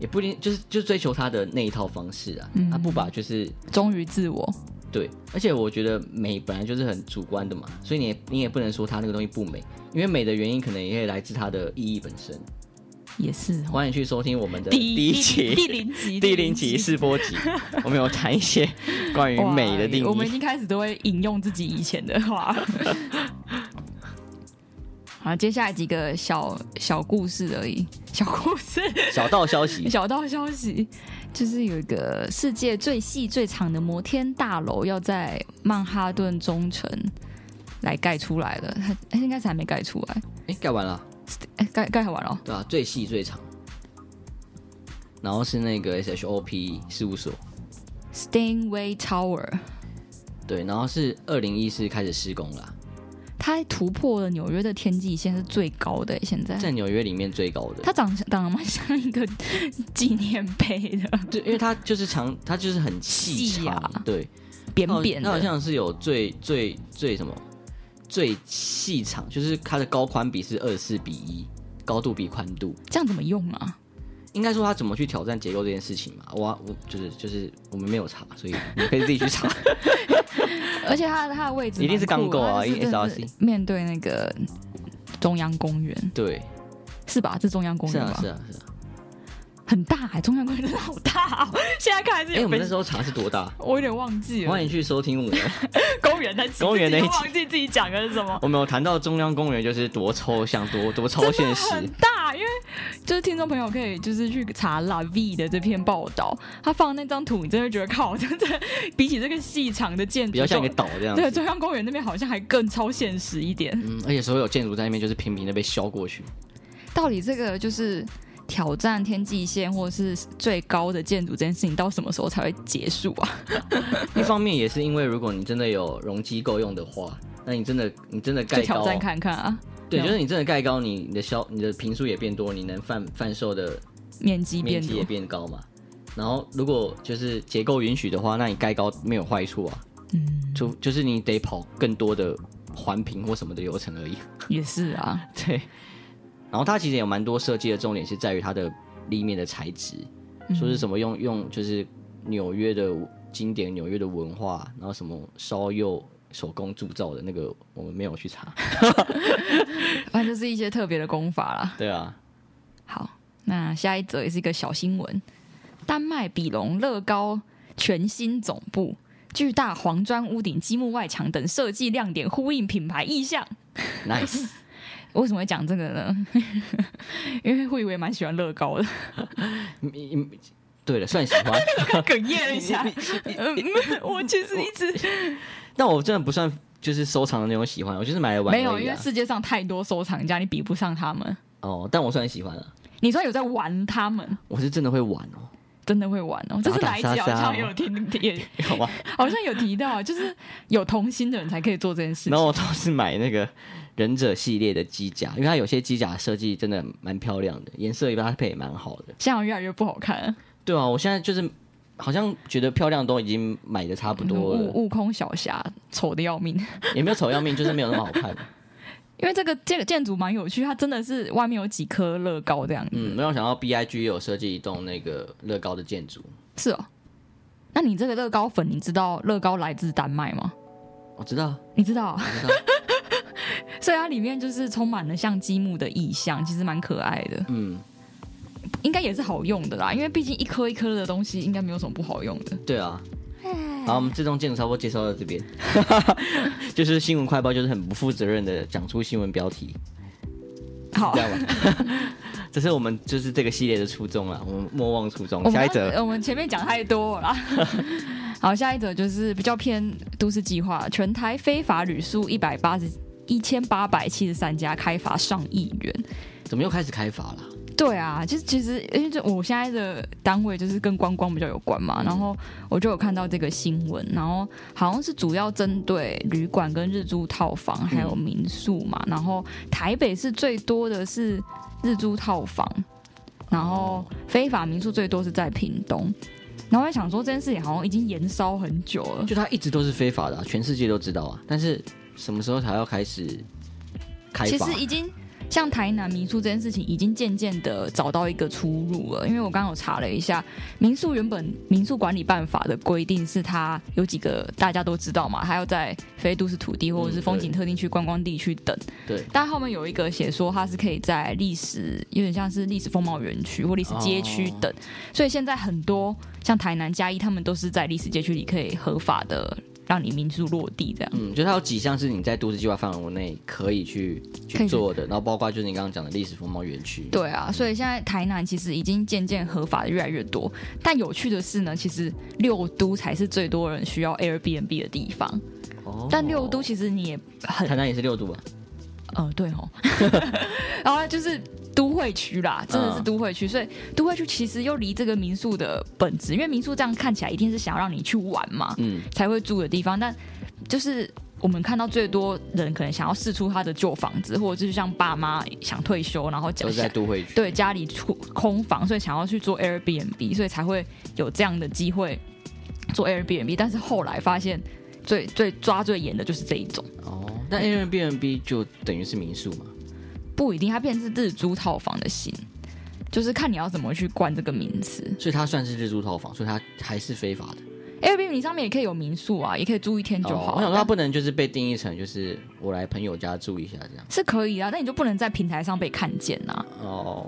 Speaker 1: 也不一定就是就追求他的那一套方式啊，他不把就是
Speaker 2: 忠于自我。
Speaker 1: 对，而且我觉得美本来就是很主观的嘛，所以你也你也不能说它那个东西不美，因为美的原因可能也来自它的意义本身。
Speaker 2: 也是哦
Speaker 1: 欢迎去收听我们的
Speaker 2: 第
Speaker 1: 第一集、
Speaker 2: 第零 集
Speaker 1: 第零集试播集，我们有谈一些关于美的定
Speaker 2: 哇我们已
Speaker 1: 义。
Speaker 2: 经开始都会引用自己以前的 话。好，接下来几个小小故事而已，小故事，
Speaker 1: 小道消息，
Speaker 2: 小道消息，就是有一个世界最细最长的摩天大楼要在曼哈顿中城来盖出来了，它哎应该是还没盖出来，
Speaker 1: 哎，盖完了，
Speaker 2: 哎盖盖完了哦，
Speaker 1: 对吧、最细最长，然后是那个 SHOP 事务所，
Speaker 2: Stainway Tower，
Speaker 1: 对，然后是二零一四开始施工啦，
Speaker 2: 它突破了纽约的天际线，是最高的耶欸现在。
Speaker 1: 在纽约里面最高的
Speaker 2: 它。长长得蛮像一个纪念碑的，
Speaker 1: 对，因为它就是长，它就是很细
Speaker 2: 细
Speaker 1: 长，
Speaker 2: 啊
Speaker 1: 对，
Speaker 2: 扁
Speaker 1: 它好
Speaker 2: 扁
Speaker 1: 它哦好
Speaker 2: 的。
Speaker 1: 像是有最最最什么最细长，就是它的高宽比是二十四比一，高度比宽度。
Speaker 2: 这样怎么用啊？
Speaker 1: 应该说他怎么去挑战结构这件事情嘛，我我就是就是我们没有查，所以你可以自己去 查。
Speaker 2: 而且它的它的位置
Speaker 1: 一定是
Speaker 2: 蛮酷
Speaker 1: 钢构啊
Speaker 2: 的它就是真的
Speaker 1: SRC
Speaker 2: 是面对那个中央公园
Speaker 1: 对，
Speaker 2: 是吧？是中央公
Speaker 1: 是
Speaker 2: 园
Speaker 1: 啊
Speaker 2: 吧？
Speaker 1: 是啊是啊，
Speaker 2: 很大、欸，中央公园真的好大哦、现在看还是
Speaker 1: 哎、
Speaker 2: 有、
Speaker 1: 我们那时候查是多 大？
Speaker 2: 我有点忘记了
Speaker 1: 欢。迎去收听我们。
Speaker 2: 公园那集，
Speaker 1: 公园那一集
Speaker 2: 自己都忘记自己讲的是什么。
Speaker 1: 我们有谈到中央公园就是多抽象、多多超现实。
Speaker 2: 很大，因为就是听众朋友可以就是去查 La V 的这篇报道，他放的那张图，你真的觉得靠，真的比起这个细长的建筑，
Speaker 1: 比较像一个岛这样
Speaker 2: 对
Speaker 1: 子。
Speaker 2: 中央公园那边好像还更超现实一点。
Speaker 1: 嗯，而且所有建筑在那边就是平平的被削过去。
Speaker 2: 到底这个就是挑战天际线或者是最高的建筑这件事情，到什么时候才会结束啊？
Speaker 1: 一方面也是因为，如果你真的有容积够用的话，那你真的你真的
Speaker 2: 就
Speaker 1: 盖
Speaker 2: 挑
Speaker 1: 高，
Speaker 2: 战看看啊，
Speaker 1: 对，
Speaker 2: 嗯
Speaker 1: 就是你真的盖高，你你的销你的平数也变多，你能贩贩售的
Speaker 2: 面积
Speaker 1: 面
Speaker 2: 变
Speaker 1: 积
Speaker 2: 多
Speaker 1: 也。变高嘛。然后如果就是结构允许的话，那你盖高没有坏处啊，
Speaker 2: 嗯，
Speaker 1: 就就是你得跑更多的环评或什么的流程而已。
Speaker 2: 也是 啊，
Speaker 1: 对，然后它其实有蛮多设计的重点是在于它的立面的材质，
Speaker 2: 嗯
Speaker 1: 说是什么用用就是纽约的经典纽约的文化，然后什么烧釉手工铸造的那个，我们没有去 查。
Speaker 2: 反正就是一些特别的功法啦。
Speaker 1: 对啊，
Speaker 2: 好，那下一则也是一个小新闻：丹麦比隆乐高全新总部，巨大黄砖屋顶、积木外墙等设计亮点呼应品牌意向。
Speaker 1: nice，
Speaker 2: 为什么会讲这个呢？ 因为慧伟蛮喜欢乐 高的，
Speaker 1: 嗯嗯对了，算喜欢，
Speaker 2: 哽咽了一下。嗯，我其实一直
Speaker 1: 但我真的不算就是收藏的那种喜欢，我就是买来玩
Speaker 2: 没有，
Speaker 1: 而已
Speaker 2: 因为
Speaker 1: 啊。
Speaker 2: 世界上太多收藏家，你比不上他们。
Speaker 1: 哦，但我算喜欢啊，
Speaker 2: 你说有在玩他们，
Speaker 1: 我是真的会玩 哦，
Speaker 2: 真的会玩哦。这是
Speaker 1: 打打
Speaker 2: 哪一集
Speaker 1: 杀
Speaker 2: 好
Speaker 1: 杀
Speaker 2: 像
Speaker 1: 哦
Speaker 2: 有听，也
Speaker 1: 好吧。
Speaker 2: 好像有提到，就是有童心的人才可以做这件事情
Speaker 1: 然。后我都是买那个忍者系列的机甲，因为它有些机甲设计真的蛮漂亮的，颜色也搭配也蛮好的。
Speaker 2: 现在越来越不好看了，
Speaker 1: 对啊，我现在就是好像觉得漂亮的都已经买的差不多
Speaker 2: 悟
Speaker 1: 了，
Speaker 2: 悟空小侠丑的要命。
Speaker 1: 也没有丑要命，就是没有那么好看。
Speaker 2: 因为这个建建筑蛮有趣，它真的是外面有几颗乐高这样子。
Speaker 1: 嗯，没有想到 B I G 有设计一栋那个乐高的建筑，
Speaker 2: 是哦。那你这个乐高粉，你知道乐高来自丹麦吗？
Speaker 1: 我哦知道，
Speaker 2: 你知道啊，
Speaker 1: 我知道，
Speaker 2: 所以它里面就是充满了像积木的意象，其实蛮可爱的，
Speaker 1: 嗯，
Speaker 2: 应该也是好用的啦。因为毕竟一颗一颗的东西，应该没有什么不好用的。
Speaker 1: 对啊。
Speaker 2: 哎
Speaker 1: 好，我们这栋建筑差不多介绍到这边， 就是新闻快报，就是很不负责任的讲出新闻标题，
Speaker 2: 好
Speaker 1: 这，样吧。 这是我们就是这个系列的初衷啊，我们莫忘初衷
Speaker 2: 我。们呃
Speaker 1: 下一则，
Speaker 2: 我们前面讲太多了啦。 好，下一则就是比较偏都市计划，全台非法旅宿一百八十一千八百七十三家，开罚上亿元。
Speaker 1: 怎么又开始开罚了？
Speaker 2: 对啊，就是其实因为这我现在的单位就是跟观光比较有关嘛，然后我就有看到这个新闻，然后好像是主要针对旅馆跟日租套房还有民宿嘛，然后台北市最多的是日租套房，然后非法民宿最多是在屏东，然后我在想说这件事情好像已经延烧很久了，
Speaker 1: 就它一直都是非法的啊、全世界都知道啊。但是什么时候才要开始开啊
Speaker 2: 其
Speaker 1: 罚
Speaker 2: 实？已经像台南民宿这件事情，已经渐渐的找到一个出路了。因为我刚刚有查了一下，民宿原本民宿管理办法的规定是它有几个大家都知道嘛，它要在非都市土地或者是
Speaker 1: 嗯
Speaker 2: 风景特定区、观光地区等。
Speaker 1: 对，
Speaker 2: 但后面有一个写说，它是可以在历史有点像是历史风貌园区或历史街区等，所以现在很多像台南、嘉义，他们都是在历史街区里可以合法的让你民宿落地这样。
Speaker 1: 嗯，就它有几项是你在都市计划范围内可以去
Speaker 2: 可以
Speaker 1: 去
Speaker 2: 去
Speaker 1: 做的，然后包括就是你刚刚讲的历史风貌园区。，
Speaker 2: 对啊，所以现在台南其实已经渐渐合法的越来越多，但有趣的是呢，其实六都才是最多人需要 Airbnb 的地方。
Speaker 1: 哦
Speaker 2: 但六都其实你也很
Speaker 1: 台南也是六都吧？
Speaker 2: 呃对 哦，然后就是都会区啦，真的是
Speaker 1: 嗯
Speaker 2: 都会区，所以都会区其实又离这个民宿的本质，因为民宿这样看起来一定是想要让你去玩嘛，
Speaker 1: 嗯，
Speaker 2: 才会住的地方，但就是我们看到最多人可能想要试出他的旧房子，或者就是像爸妈想退休，然后
Speaker 1: 都
Speaker 2: 讲
Speaker 1: 是在都会区。
Speaker 2: 对家里出空房，所以想要去做 Airbnb，所以才会有这样的机会做 Airbnb。但是后来发现最最抓最严的就是这一种，
Speaker 1: 哦，但
Speaker 2: 嗯
Speaker 1: Airbnb 就等于是民宿嘛？
Speaker 2: 不一定它变成是日租套房的型，就是看你要怎么去冠这个名词。
Speaker 1: 所以它算是日租套房，所以它还是非法的。
Speaker 2: Airbnb 上面也可以有民宿啊，也可以住一天就
Speaker 1: 哦
Speaker 2: 好。
Speaker 1: 我想说它
Speaker 2: 但
Speaker 1: 不能就是被定义成就是我来朋友家住一下这样。
Speaker 2: 是可以啊，但你就不能在平台上被看见呐、
Speaker 1: 哦，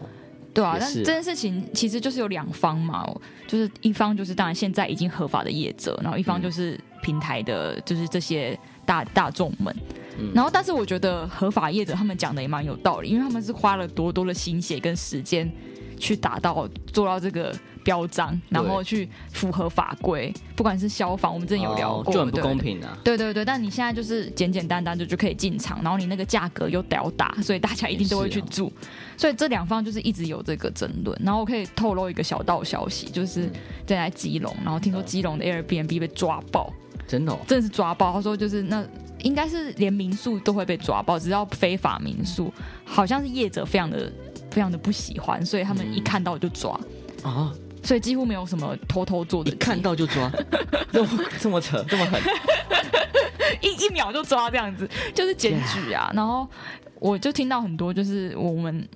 Speaker 2: 对啊，
Speaker 1: 也
Speaker 2: 但
Speaker 1: 是啊
Speaker 2: 这件事情其实就是有两方嘛，就是一方就是当然现在已经合法的业者，然后一方
Speaker 1: 嗯
Speaker 2: 就是平台的，就是这些大大众们。
Speaker 1: 嗯
Speaker 2: 然后，但是我觉得合法业者他们讲的也蛮有道理，因为他们是花了多多的心血跟时间去达到做到这个标章，然后去符合法规，不管是消防，我们之前有聊
Speaker 1: 哦
Speaker 2: 过，
Speaker 1: 就很不
Speaker 2: 对
Speaker 1: 公平啊。
Speaker 2: 对对对，但你现在就是简简单单就就可以进场，然后你那个价格又屌打，所以大家一定都会去住。
Speaker 1: 啊
Speaker 2: 所以这两方就是一直有这个争论。然后我可以透露一个小道消息，就是
Speaker 1: 嗯
Speaker 2: 在基隆，然后听说
Speaker 1: 嗯
Speaker 2: 基隆的 Airbnb 被抓爆，
Speaker 1: 真的、哦，
Speaker 2: 真的是抓爆。他说就是那应该是连民宿都会被抓爆，只要非法民宿，好像是业者非常的非常的不喜欢，所以他们一
Speaker 1: 嗯
Speaker 2: 看到就抓，
Speaker 1: 啊，
Speaker 2: 所以几乎没哦有什么偷偷做
Speaker 1: 一
Speaker 2: 的，
Speaker 1: 看到就 抓，这么这么扯，这么狠，
Speaker 2: 一一秒就抓这样子，就是检举啊。然后我就听到很多就是我们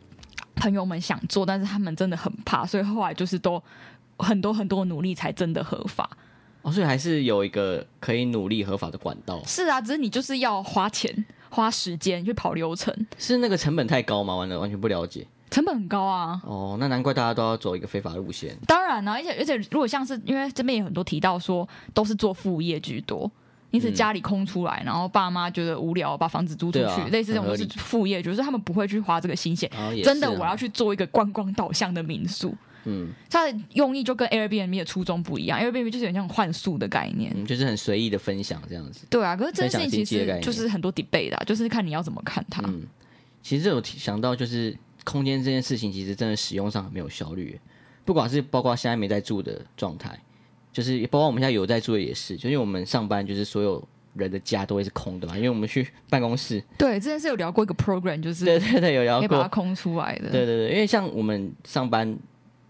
Speaker 2: 朋友们想做，但是他们真的很怕，所以后来就是都很多很多努力才真的合法。
Speaker 1: 哦，所以还是有一个可以努力合法的管道。
Speaker 2: 是啊，只是你就是要花钱、花时间去跑流程，
Speaker 1: 是那个成本太高吗？完了，完全不了解。
Speaker 2: 成本很高啊。
Speaker 1: 哦，那难怪大家都要走一个非法路线。
Speaker 2: 当然啊啦、而且而且，如果像是因为这边也很多提到说，都是做副业居多，你只
Speaker 1: 嗯
Speaker 2: 家里空出来，然后爸妈觉得无聊，把房子租出去，
Speaker 1: 对啊
Speaker 2: 类似这种
Speaker 1: 很合
Speaker 2: 都是
Speaker 1: 理
Speaker 2: 副业，就是他们不会去花这个心血。
Speaker 1: 然后也是啊
Speaker 2: 真的，我要去做一个观光导向的民宿，
Speaker 1: 嗯
Speaker 2: 它的用意就跟 Airbnb 的初衷不一样。Airbnb 就是有点像换宿的概念，
Speaker 1: 嗯，就是很随意的分享这样子。
Speaker 2: 对啊。可是这件事情其
Speaker 1: 分享经济的概
Speaker 2: 实
Speaker 1: 念
Speaker 2: 就是很多 debate 的啊、就是看你要怎么看它。
Speaker 1: 嗯，其实有想到就是空间这件事情，其实真的使用上很没有效率，不管是包括现在没在住的状态，就是包括我们现在有在住的也是，就因为我们上班就是所有人的家都会是空的嘛，因为我们去办公室，
Speaker 2: 对，之前是有聊过一个 program，就是
Speaker 1: 对对对，有聊
Speaker 2: 嗯可以把
Speaker 1: 过，
Speaker 2: 它空出来的。
Speaker 1: 对对对，因为像我们上班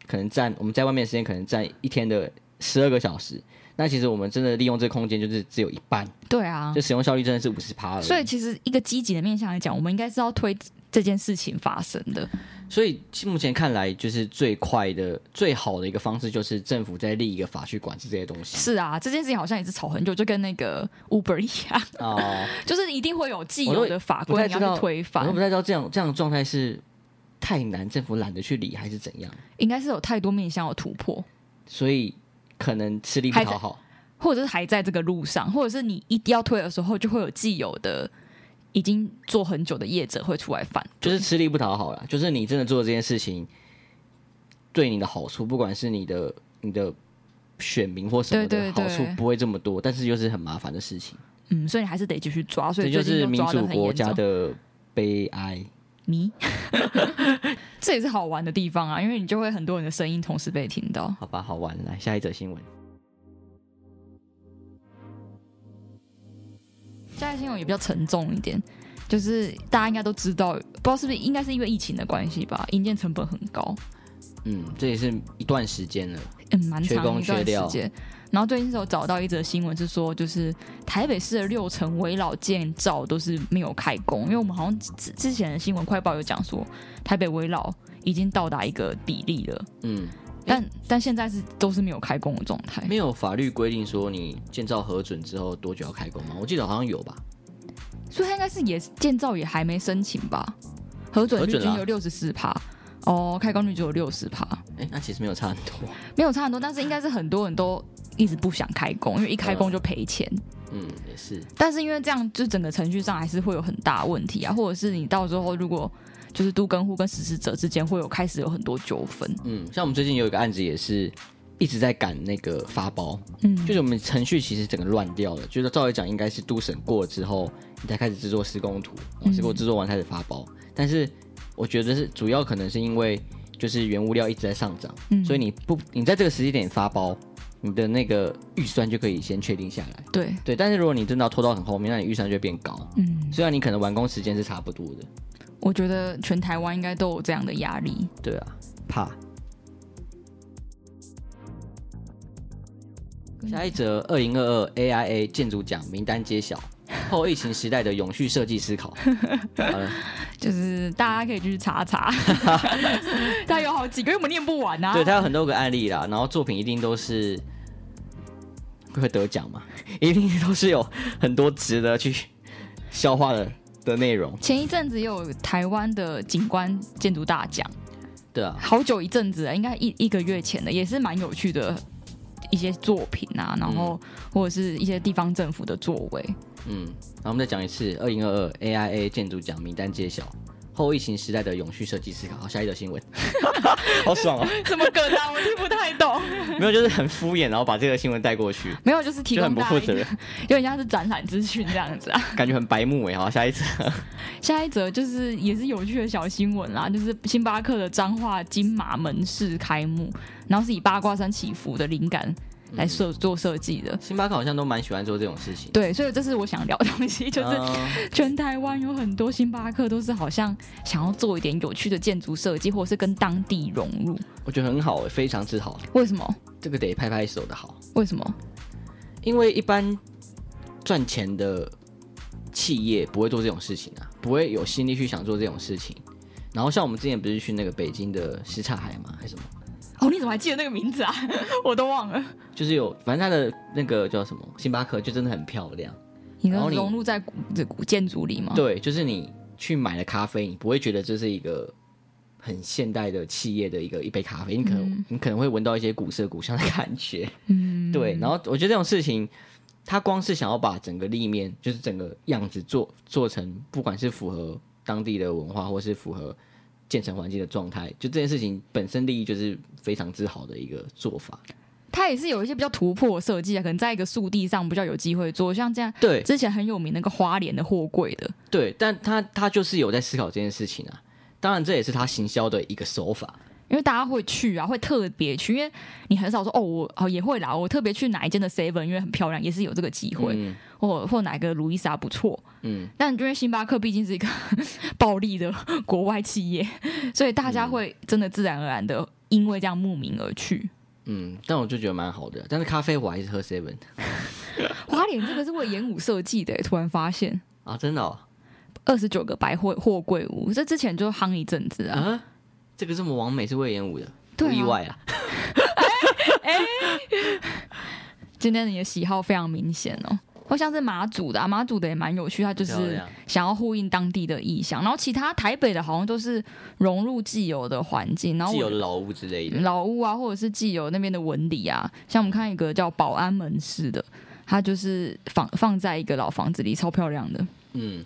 Speaker 1: 可能占我们在外面的时间可能占一天的十二个小时，那其实我们真的利用这个空间就是只有一半，
Speaker 2: 对啊
Speaker 1: 就，使用效率真的是五十趴了。
Speaker 2: 所以其实一个积极的面向来讲，我们应该是要推这件事情发生的。
Speaker 1: 所以目前看来，就是最快的、最好的一个方式，就是政府在立一个法去管制这些东西。
Speaker 2: 是啊，这件事情好像也是吵很久，就跟那个 Uber 一样，
Speaker 1: 哦，
Speaker 2: 就是一定会有既
Speaker 1: 我都
Speaker 2: 有的法
Speaker 1: 不
Speaker 2: 规
Speaker 1: 太
Speaker 2: 啊你
Speaker 1: 知
Speaker 2: 要
Speaker 1: 道
Speaker 2: 去推
Speaker 1: 我都
Speaker 2: 翻
Speaker 1: 不，太知道这样这样的状态是太难，政府懒得去理，还是怎样？
Speaker 2: 应该是有太多面向要突破。
Speaker 1: 所以可能吃力不讨好。
Speaker 2: 或者是还在这个路上，或者是你一定要推的时候，就会有既有的已经做很久的业者会出来反
Speaker 1: 就
Speaker 2: 对，
Speaker 1: 是吃力不讨好啦，就是你真的做这件事情，对你的好处，不管是你的你的选民或什么
Speaker 2: 对
Speaker 1: 的
Speaker 2: 对
Speaker 1: 好处
Speaker 2: 对，
Speaker 1: 不会这么多，但是又是很麻烦的事情。
Speaker 2: 嗯，所以你还是得继续抓，所
Speaker 1: 这
Speaker 2: 以
Speaker 1: 就
Speaker 2: 最近
Speaker 1: 是民
Speaker 2: 抓的
Speaker 1: 主
Speaker 2: 很
Speaker 1: 国
Speaker 2: 严
Speaker 1: 家
Speaker 2: 重。
Speaker 1: 的悲哀。
Speaker 2: 迷， 这也是好玩的地方啊，因为你就会很多人的声音同时被听到。
Speaker 1: 好吧，好玩，来下一则新闻。
Speaker 2: 下一个新闻也比较沉重一点，就是大家应该都知道，不知道是不是应该是因为疫情的关系吧，营建成本很高，
Speaker 1: 嗯，这也是一段时间了。
Speaker 2: 嗯，蛮
Speaker 1: 缺
Speaker 2: 长
Speaker 1: 工
Speaker 2: 一段
Speaker 1: 缺
Speaker 2: 时
Speaker 1: 料
Speaker 2: 间。然后最近是有找到一则新闻，是说就是台北市的六成围老建造都是没有开工，因为我们好像之之前的新闻快报有讲说，台北围老已经到达一个比例了，
Speaker 1: 嗯，
Speaker 2: 但但现在是都是没有开工的状态。
Speaker 1: 没有法律规定说你建造核准之后多久要开工吗？我记得好像有吧。
Speaker 2: 所以他应该是也建造也还没申请吧？核准
Speaker 1: 核
Speaker 2: 率
Speaker 1: 准
Speaker 2: 均
Speaker 1: 啦
Speaker 2: 有六十四趴，哦，开工率只有六十趴，
Speaker 1: 哎，那其实没有差很多。
Speaker 2: 没有差很多，但是应该是很多人都一直不想开工，因为一开
Speaker 1: 呃
Speaker 2: 工就赔钱。
Speaker 1: 嗯，也是。
Speaker 2: 但是因为这样，就整个程序上还是会有很大问题啊，或者是你到时候如果就是都跟户跟实施者之间会有开始有很多纠纷，
Speaker 1: 嗯，像我们最近有一个案子也是一直在赶那个发包，
Speaker 2: 嗯，
Speaker 1: 就是我们程序其实整个乱掉了。就是照理讲应该是都审过了之后，你才开始制作施工图，然
Speaker 2: 嗯
Speaker 1: 后施工制作完开始发包。但是我觉得是主要可能是因为就是原物料一直在上涨，
Speaker 2: 嗯
Speaker 1: 所以你不你在这个时间点发包，你的那个预算就可以先确定下来。
Speaker 2: 对，
Speaker 1: 对，但是如果你真的要拖到很后面，那你预算就会变高。
Speaker 2: 嗯，
Speaker 1: 虽然你可能完工时间是差不多的，
Speaker 2: 我觉得全台湾应该都有这样的压力。
Speaker 1: 对啊，怕。下一则，二零二二 AIA 建筑奖名单揭 晓，后疫情时代的永续设计思考。好了，
Speaker 2: 就是大家可以去查 查，它有好几个，因为我们念不完啊。
Speaker 1: 对，它有很多个案例啦，然后作品一定都是会得奖嘛，一定都是有很多值得去消化的的内容。
Speaker 2: 前一阵子也有台湾的景观建筑大奖，
Speaker 1: 对啊，
Speaker 2: 好久一阵子了，应该一一个月前的，也是蛮有趣的一些作品啊，然后或者是一些地方政府的作为。
Speaker 1: 嗯，然后我们再讲一次，二零二二 AIA 建筑奖名单揭晓，后疫情时代的永续设计思考。好，下一则 新闻，好爽哦！
Speaker 2: 什么梗啊？我听不太懂。
Speaker 1: 没有，就是很敷衍，然后把这个新闻带过去，
Speaker 2: 没有，就是提
Speaker 1: 就
Speaker 2: 供
Speaker 1: 很不
Speaker 2: 大家
Speaker 1: 负
Speaker 2: 一
Speaker 1: 责
Speaker 2: 个
Speaker 1: 任，
Speaker 2: 有点像是展览资讯这样子 啊。
Speaker 1: 感觉很白目哎。好，下一则，
Speaker 2: 下一则就是也是有趣的小新闻啦，就是星巴克的彰化金马门市开幕，然后是以八卦山祈福的灵感来设、做设计的。
Speaker 1: 星巴克好像都蛮喜欢做这种事情，
Speaker 2: 对，所以这是我想聊的东 西，就是
Speaker 1: 嗯
Speaker 2: 全台湾有很多星巴克都是好像想要做一点有趣的建筑设计，或者是跟当地融入。
Speaker 1: 我觉得很好哎，非常之好，
Speaker 2: 为什么？
Speaker 1: 这个得拍拍手的好，
Speaker 2: 为什么？
Speaker 1: 因为一般赚钱的企业不会做这种事情啊，不会有心力去想做这种事情。然后像我们之前不是去那个北京的什刹海吗？还是什么？
Speaker 2: 哦，你怎么还记得那个名字啊？ 我都忘了。
Speaker 1: 就是有，反正它的那个叫什么，星巴克就真的很漂亮。
Speaker 2: 你
Speaker 1: 然后
Speaker 2: 能
Speaker 1: 你
Speaker 2: 融入在古这古建筑里吗？
Speaker 1: 对，就是你去买了咖啡，你不会觉得这是一个很现代的企业的一个一杯咖啡，你可能、你可能会闻到一些古色古香的感 觉。嗯，对。然后我觉得这种事情，它光是想要把整个立面，就是整个样子做做成，不管是符合当地的文化，或是符合。建成环境的状态，就这件事情本身利益就是非常之好的一个做法。
Speaker 2: 它也是有一些比较突破的设计啊，可能在一个速地上比较有机会做，像这样
Speaker 1: 对，
Speaker 2: 之前很有名那个花莲的货柜的，
Speaker 1: 对，但他他就是有在思考这件事情啊。当然，这也是他行销的一个手法。
Speaker 2: 因为大家会去啊，会特别去，因为你很少说哦，我哦也会啦，我特别去哪一间的 Seven，因为很漂亮，也是有这个机会，
Speaker 1: 嗯
Speaker 2: 或或哪个路易莎不错，
Speaker 1: 嗯，
Speaker 2: 但因为星巴克毕竟是一个暴利的国外企业，所以大家会真的自然而然的因为这样慕名而去。
Speaker 1: 嗯，但我就觉得蛮好的。但是咖啡我还是喝 seven
Speaker 2: 花莲这个是为演武设计的、突然发现
Speaker 1: 啊，真的、哦、
Speaker 2: 二十九个百货货柜屋，这之前就夯一阵子啊。
Speaker 1: 啊，这个这么完美是魏延武的，
Speaker 2: 对啊
Speaker 1: 不意外啊。
Speaker 2: 今天你的喜好非常明显哦。或像是马祖的、啊，马祖的也蛮有趣，它就
Speaker 1: 漂
Speaker 2: 是
Speaker 1: 亮
Speaker 2: 想要呼应当地的意象。然后其他台北的好像都是融入既有的环境，然后
Speaker 1: 既
Speaker 2: 我
Speaker 1: 有的老屋之类的，
Speaker 2: 老屋啊，或者是既有那边的纹理啊，像我们看一个叫保安门市的，它就是放放在一个老房子里，超漂亮的。
Speaker 1: 嗯，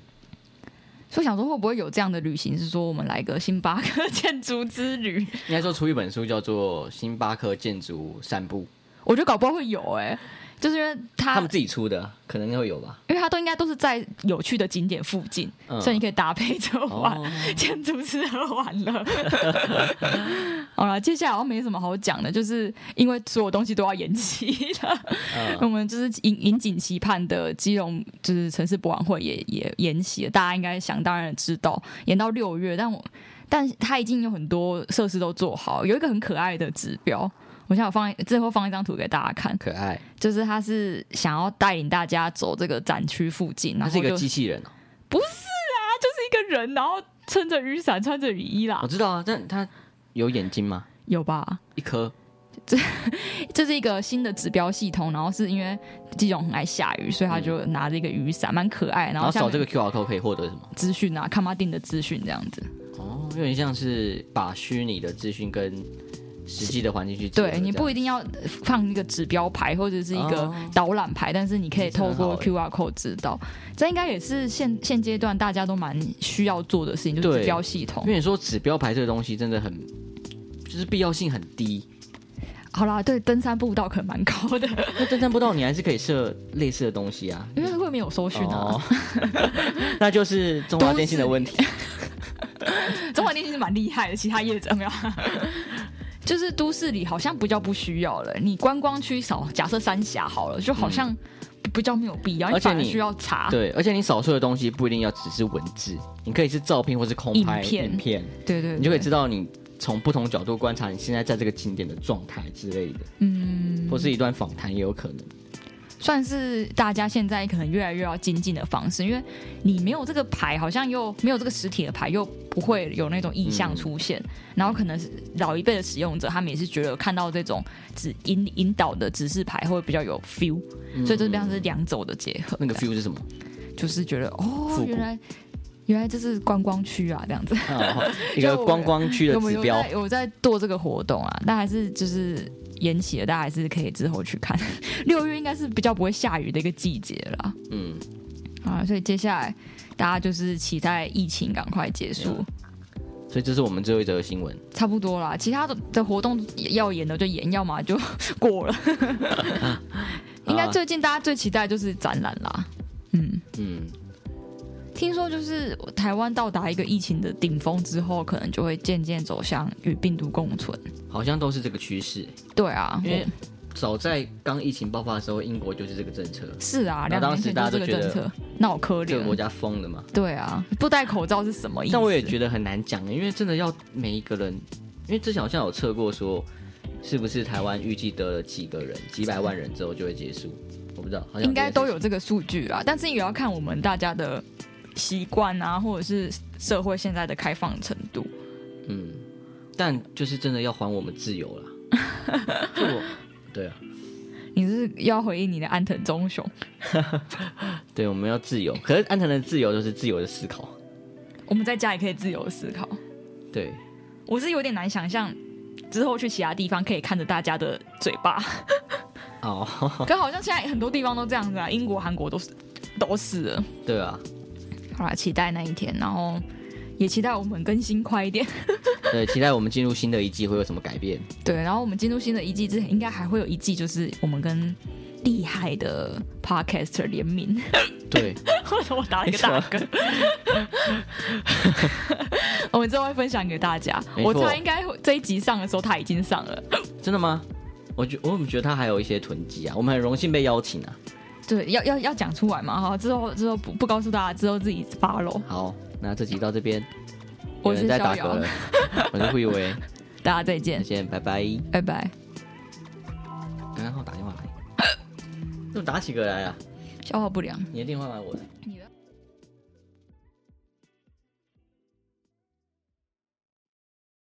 Speaker 2: 所以想说会不会有这样的旅行，是说我们来个星巴克 建筑之旅？
Speaker 1: 应该说出一本书叫做《星巴克建筑散步》，
Speaker 2: 我觉得搞不好会有哎、就是因为它
Speaker 1: 他们，自己出的，可能会有吧。
Speaker 2: 因为它都应该都是在有趣的景点附近，
Speaker 1: 嗯
Speaker 2: 所以你可以搭配着玩。
Speaker 1: 哦，
Speaker 2: 建筑师喝 完了，好了，接下来好像没什么好讲的，就是因为所有东西都要延期了。我
Speaker 1: 嗯，
Speaker 2: 们就是引引颈期盼的基隆，就是城市博览会也也延期了，大家应该想当然知道，延到六月。但我但它已经有很多设施都做好，有一个很可爱的指标，我想我放最后放一张图给大家看，
Speaker 1: 可爱，
Speaker 2: 就是它是想要带领大家走这个展区附近，然
Speaker 1: 他
Speaker 2: 后
Speaker 1: 是一个
Speaker 2: 就
Speaker 1: 机器人哦。
Speaker 2: 不是啊，就是一个人，然后撑着雨伞，穿着雨衣啦
Speaker 1: 我，知道啊，但他有眼睛吗？
Speaker 2: 有吧？
Speaker 1: 一颗，
Speaker 2: 这是一个新的指标系统，然后是因为基隆很爱下雨，所以他就拿着一个雨伞，蛮可爱。然
Speaker 1: 然
Speaker 2: 后
Speaker 1: 后
Speaker 2: 下
Speaker 1: 扫
Speaker 2: 面
Speaker 1: 这个 QR code 可以获得什么？
Speaker 2: 资讯啊，看妈定的资讯这样子。
Speaker 1: 哦，有点像是把虚拟的资讯跟实际的环境去结合
Speaker 2: 对你
Speaker 1: 这样
Speaker 2: 不一定要呃放一个指标牌或者是一个
Speaker 1: 哦
Speaker 2: 导览牌，但是你可以透过
Speaker 1: 嗯这
Speaker 2: QR code 知道。这应该也是现现阶段大家都蛮需要做的事情，就是
Speaker 1: 对
Speaker 2: 指标系统
Speaker 1: 因。为你说指标牌这个东西真的很，就是必要性很低。
Speaker 2: 好啦，对，登山步道可能蛮高的，
Speaker 1: 那登山步道你还是可以设类似的东西啊。
Speaker 2: 因为会没有搜寻啊
Speaker 1: 哦。， 那就是中华电信的问题。
Speaker 2: 中华电信是蛮厉害的，其他业者没有。 就是都市里好像比较不需要了，你观光区少，假设三峡好了，就好像比较没有必要，
Speaker 1: 嗯而且
Speaker 2: 反而
Speaker 1: 你
Speaker 2: 需要查。
Speaker 1: 对，而且你扫出的东西不一定要只是文字，你可以是照片或是空拍
Speaker 2: 影片对对，
Speaker 1: 你就可以
Speaker 2: 对
Speaker 1: 知道你从不同角度观察你现在在这个景点的状态之类的，
Speaker 2: 嗯，
Speaker 1: 或是一段访谈也有可能。
Speaker 2: 算是大家现在可能越来越要精进的方式，因为你没有这个牌，好像又没有这个实体的牌，又不会有那种意象出现。
Speaker 1: 嗯
Speaker 2: 然后可能是老一辈的使用者，他们也是觉得看到这种指引引导的指示牌会比较有 feel，、所以这边是两种的结合。
Speaker 1: 那个 feel 是什么？
Speaker 2: 就是觉得哦
Speaker 1: 复，古
Speaker 2: 原来原来这是观光区啊，这样子。
Speaker 1: 啊一个观光区的
Speaker 2: 我们
Speaker 1: 指
Speaker 2: 有
Speaker 1: 标
Speaker 2: 在。有在做这个活动啊，但还是就是延期了，大家还是可以之后去看。 六月应该是比较不会下雨的一个季节了
Speaker 1: 嗯，
Speaker 2: 啊，所以接下来大家就是期待疫情赶快结
Speaker 1: 啊
Speaker 2: 束，
Speaker 1: 所以这是我们最后一则新闻。
Speaker 2: 差不多啦。其他的的活动要延的就延，要么就过了。
Speaker 1: 啊
Speaker 2: 应该最近大家最期待就是展览啦，嗯。
Speaker 1: 嗯，
Speaker 2: 听说就是台湾到达一个疫情的顶峰之后，可能就会渐渐走向与病毒共存。
Speaker 1: 好像都是这个趋势，
Speaker 2: 对啊，
Speaker 1: 因为早在刚疫情爆发的时候，英国就是这个政策，
Speaker 2: 是啊，
Speaker 1: 那
Speaker 2: 两
Speaker 1: 当
Speaker 2: 年
Speaker 1: 时
Speaker 2: 前
Speaker 1: 大家
Speaker 2: 就
Speaker 1: 都
Speaker 2: 是这
Speaker 1: 觉
Speaker 2: 个
Speaker 1: 得
Speaker 2: 政策，闹可
Speaker 1: 这个国
Speaker 2: 怜。
Speaker 1: 家疯了嘛。
Speaker 2: 对啊，不戴口罩是什么意思？
Speaker 1: 但我也觉得很难讲，因为真的要每一个人，因为之前好像有测过说，是不是台湾预计得了几个人、几百万人之后就会结束，我不知道，好像
Speaker 2: 应
Speaker 1: 这
Speaker 2: 该
Speaker 1: 件
Speaker 2: 都
Speaker 1: 事
Speaker 2: 有这个数据啊，但是也要看我们大家的习惯啊，或者是社会现在的开放程度。
Speaker 1: 情。嗯，但就是真的要还我们自由 啦。这我，对啊，
Speaker 2: 你是要回应你的安藤忠雄？
Speaker 1: 对，我们要自由。可是安藤的自由就是自由的思考，
Speaker 2: 我们在家也可以自由思考。
Speaker 1: 对，
Speaker 2: 我是有点难想象之后去其他地方可以看着大家的嘴巴，
Speaker 1: 哦，
Speaker 2: 可好像现在很多地方都这样子啊，英国、韩国都是都是了。
Speaker 1: 对啊，
Speaker 2: 好啦，期待那一天，然后也期待我们更新快一点。
Speaker 1: 对，期待我们进入新的一季会有什么改变。
Speaker 2: 对，然后我们进入新的一季之前，应该还会有一季，就是我们跟厉害的 podcaster 联名。
Speaker 1: 对，
Speaker 2: 为 什么我打了一个大嗝？ 我们之后会分享给大家。
Speaker 1: 没
Speaker 2: 我
Speaker 1: 错
Speaker 2: 猜应该这一集上的时候，他已经上了。
Speaker 1: 真的吗？我觉我怎么觉得他还有一些囤积啊？我们很荣幸被邀请啊。
Speaker 2: 对，要要要讲出来嘛哈，之后之后不不告诉大家，之后自己 follow。
Speaker 1: 好，那这集到这边，有
Speaker 2: 我
Speaker 1: 人
Speaker 2: 是
Speaker 1: 在
Speaker 2: 逍
Speaker 1: 打嗝
Speaker 2: 遥
Speaker 1: 了，， 我是慧维，
Speaker 2: 大家再
Speaker 1: 再
Speaker 2: 见，
Speaker 1: 见，拜拜。
Speaker 2: 拜拜。
Speaker 1: 刚刚我打电话来，怎么打起嗝来啊？
Speaker 2: 消化不良，
Speaker 1: 你的电话来我的。
Speaker 2: 你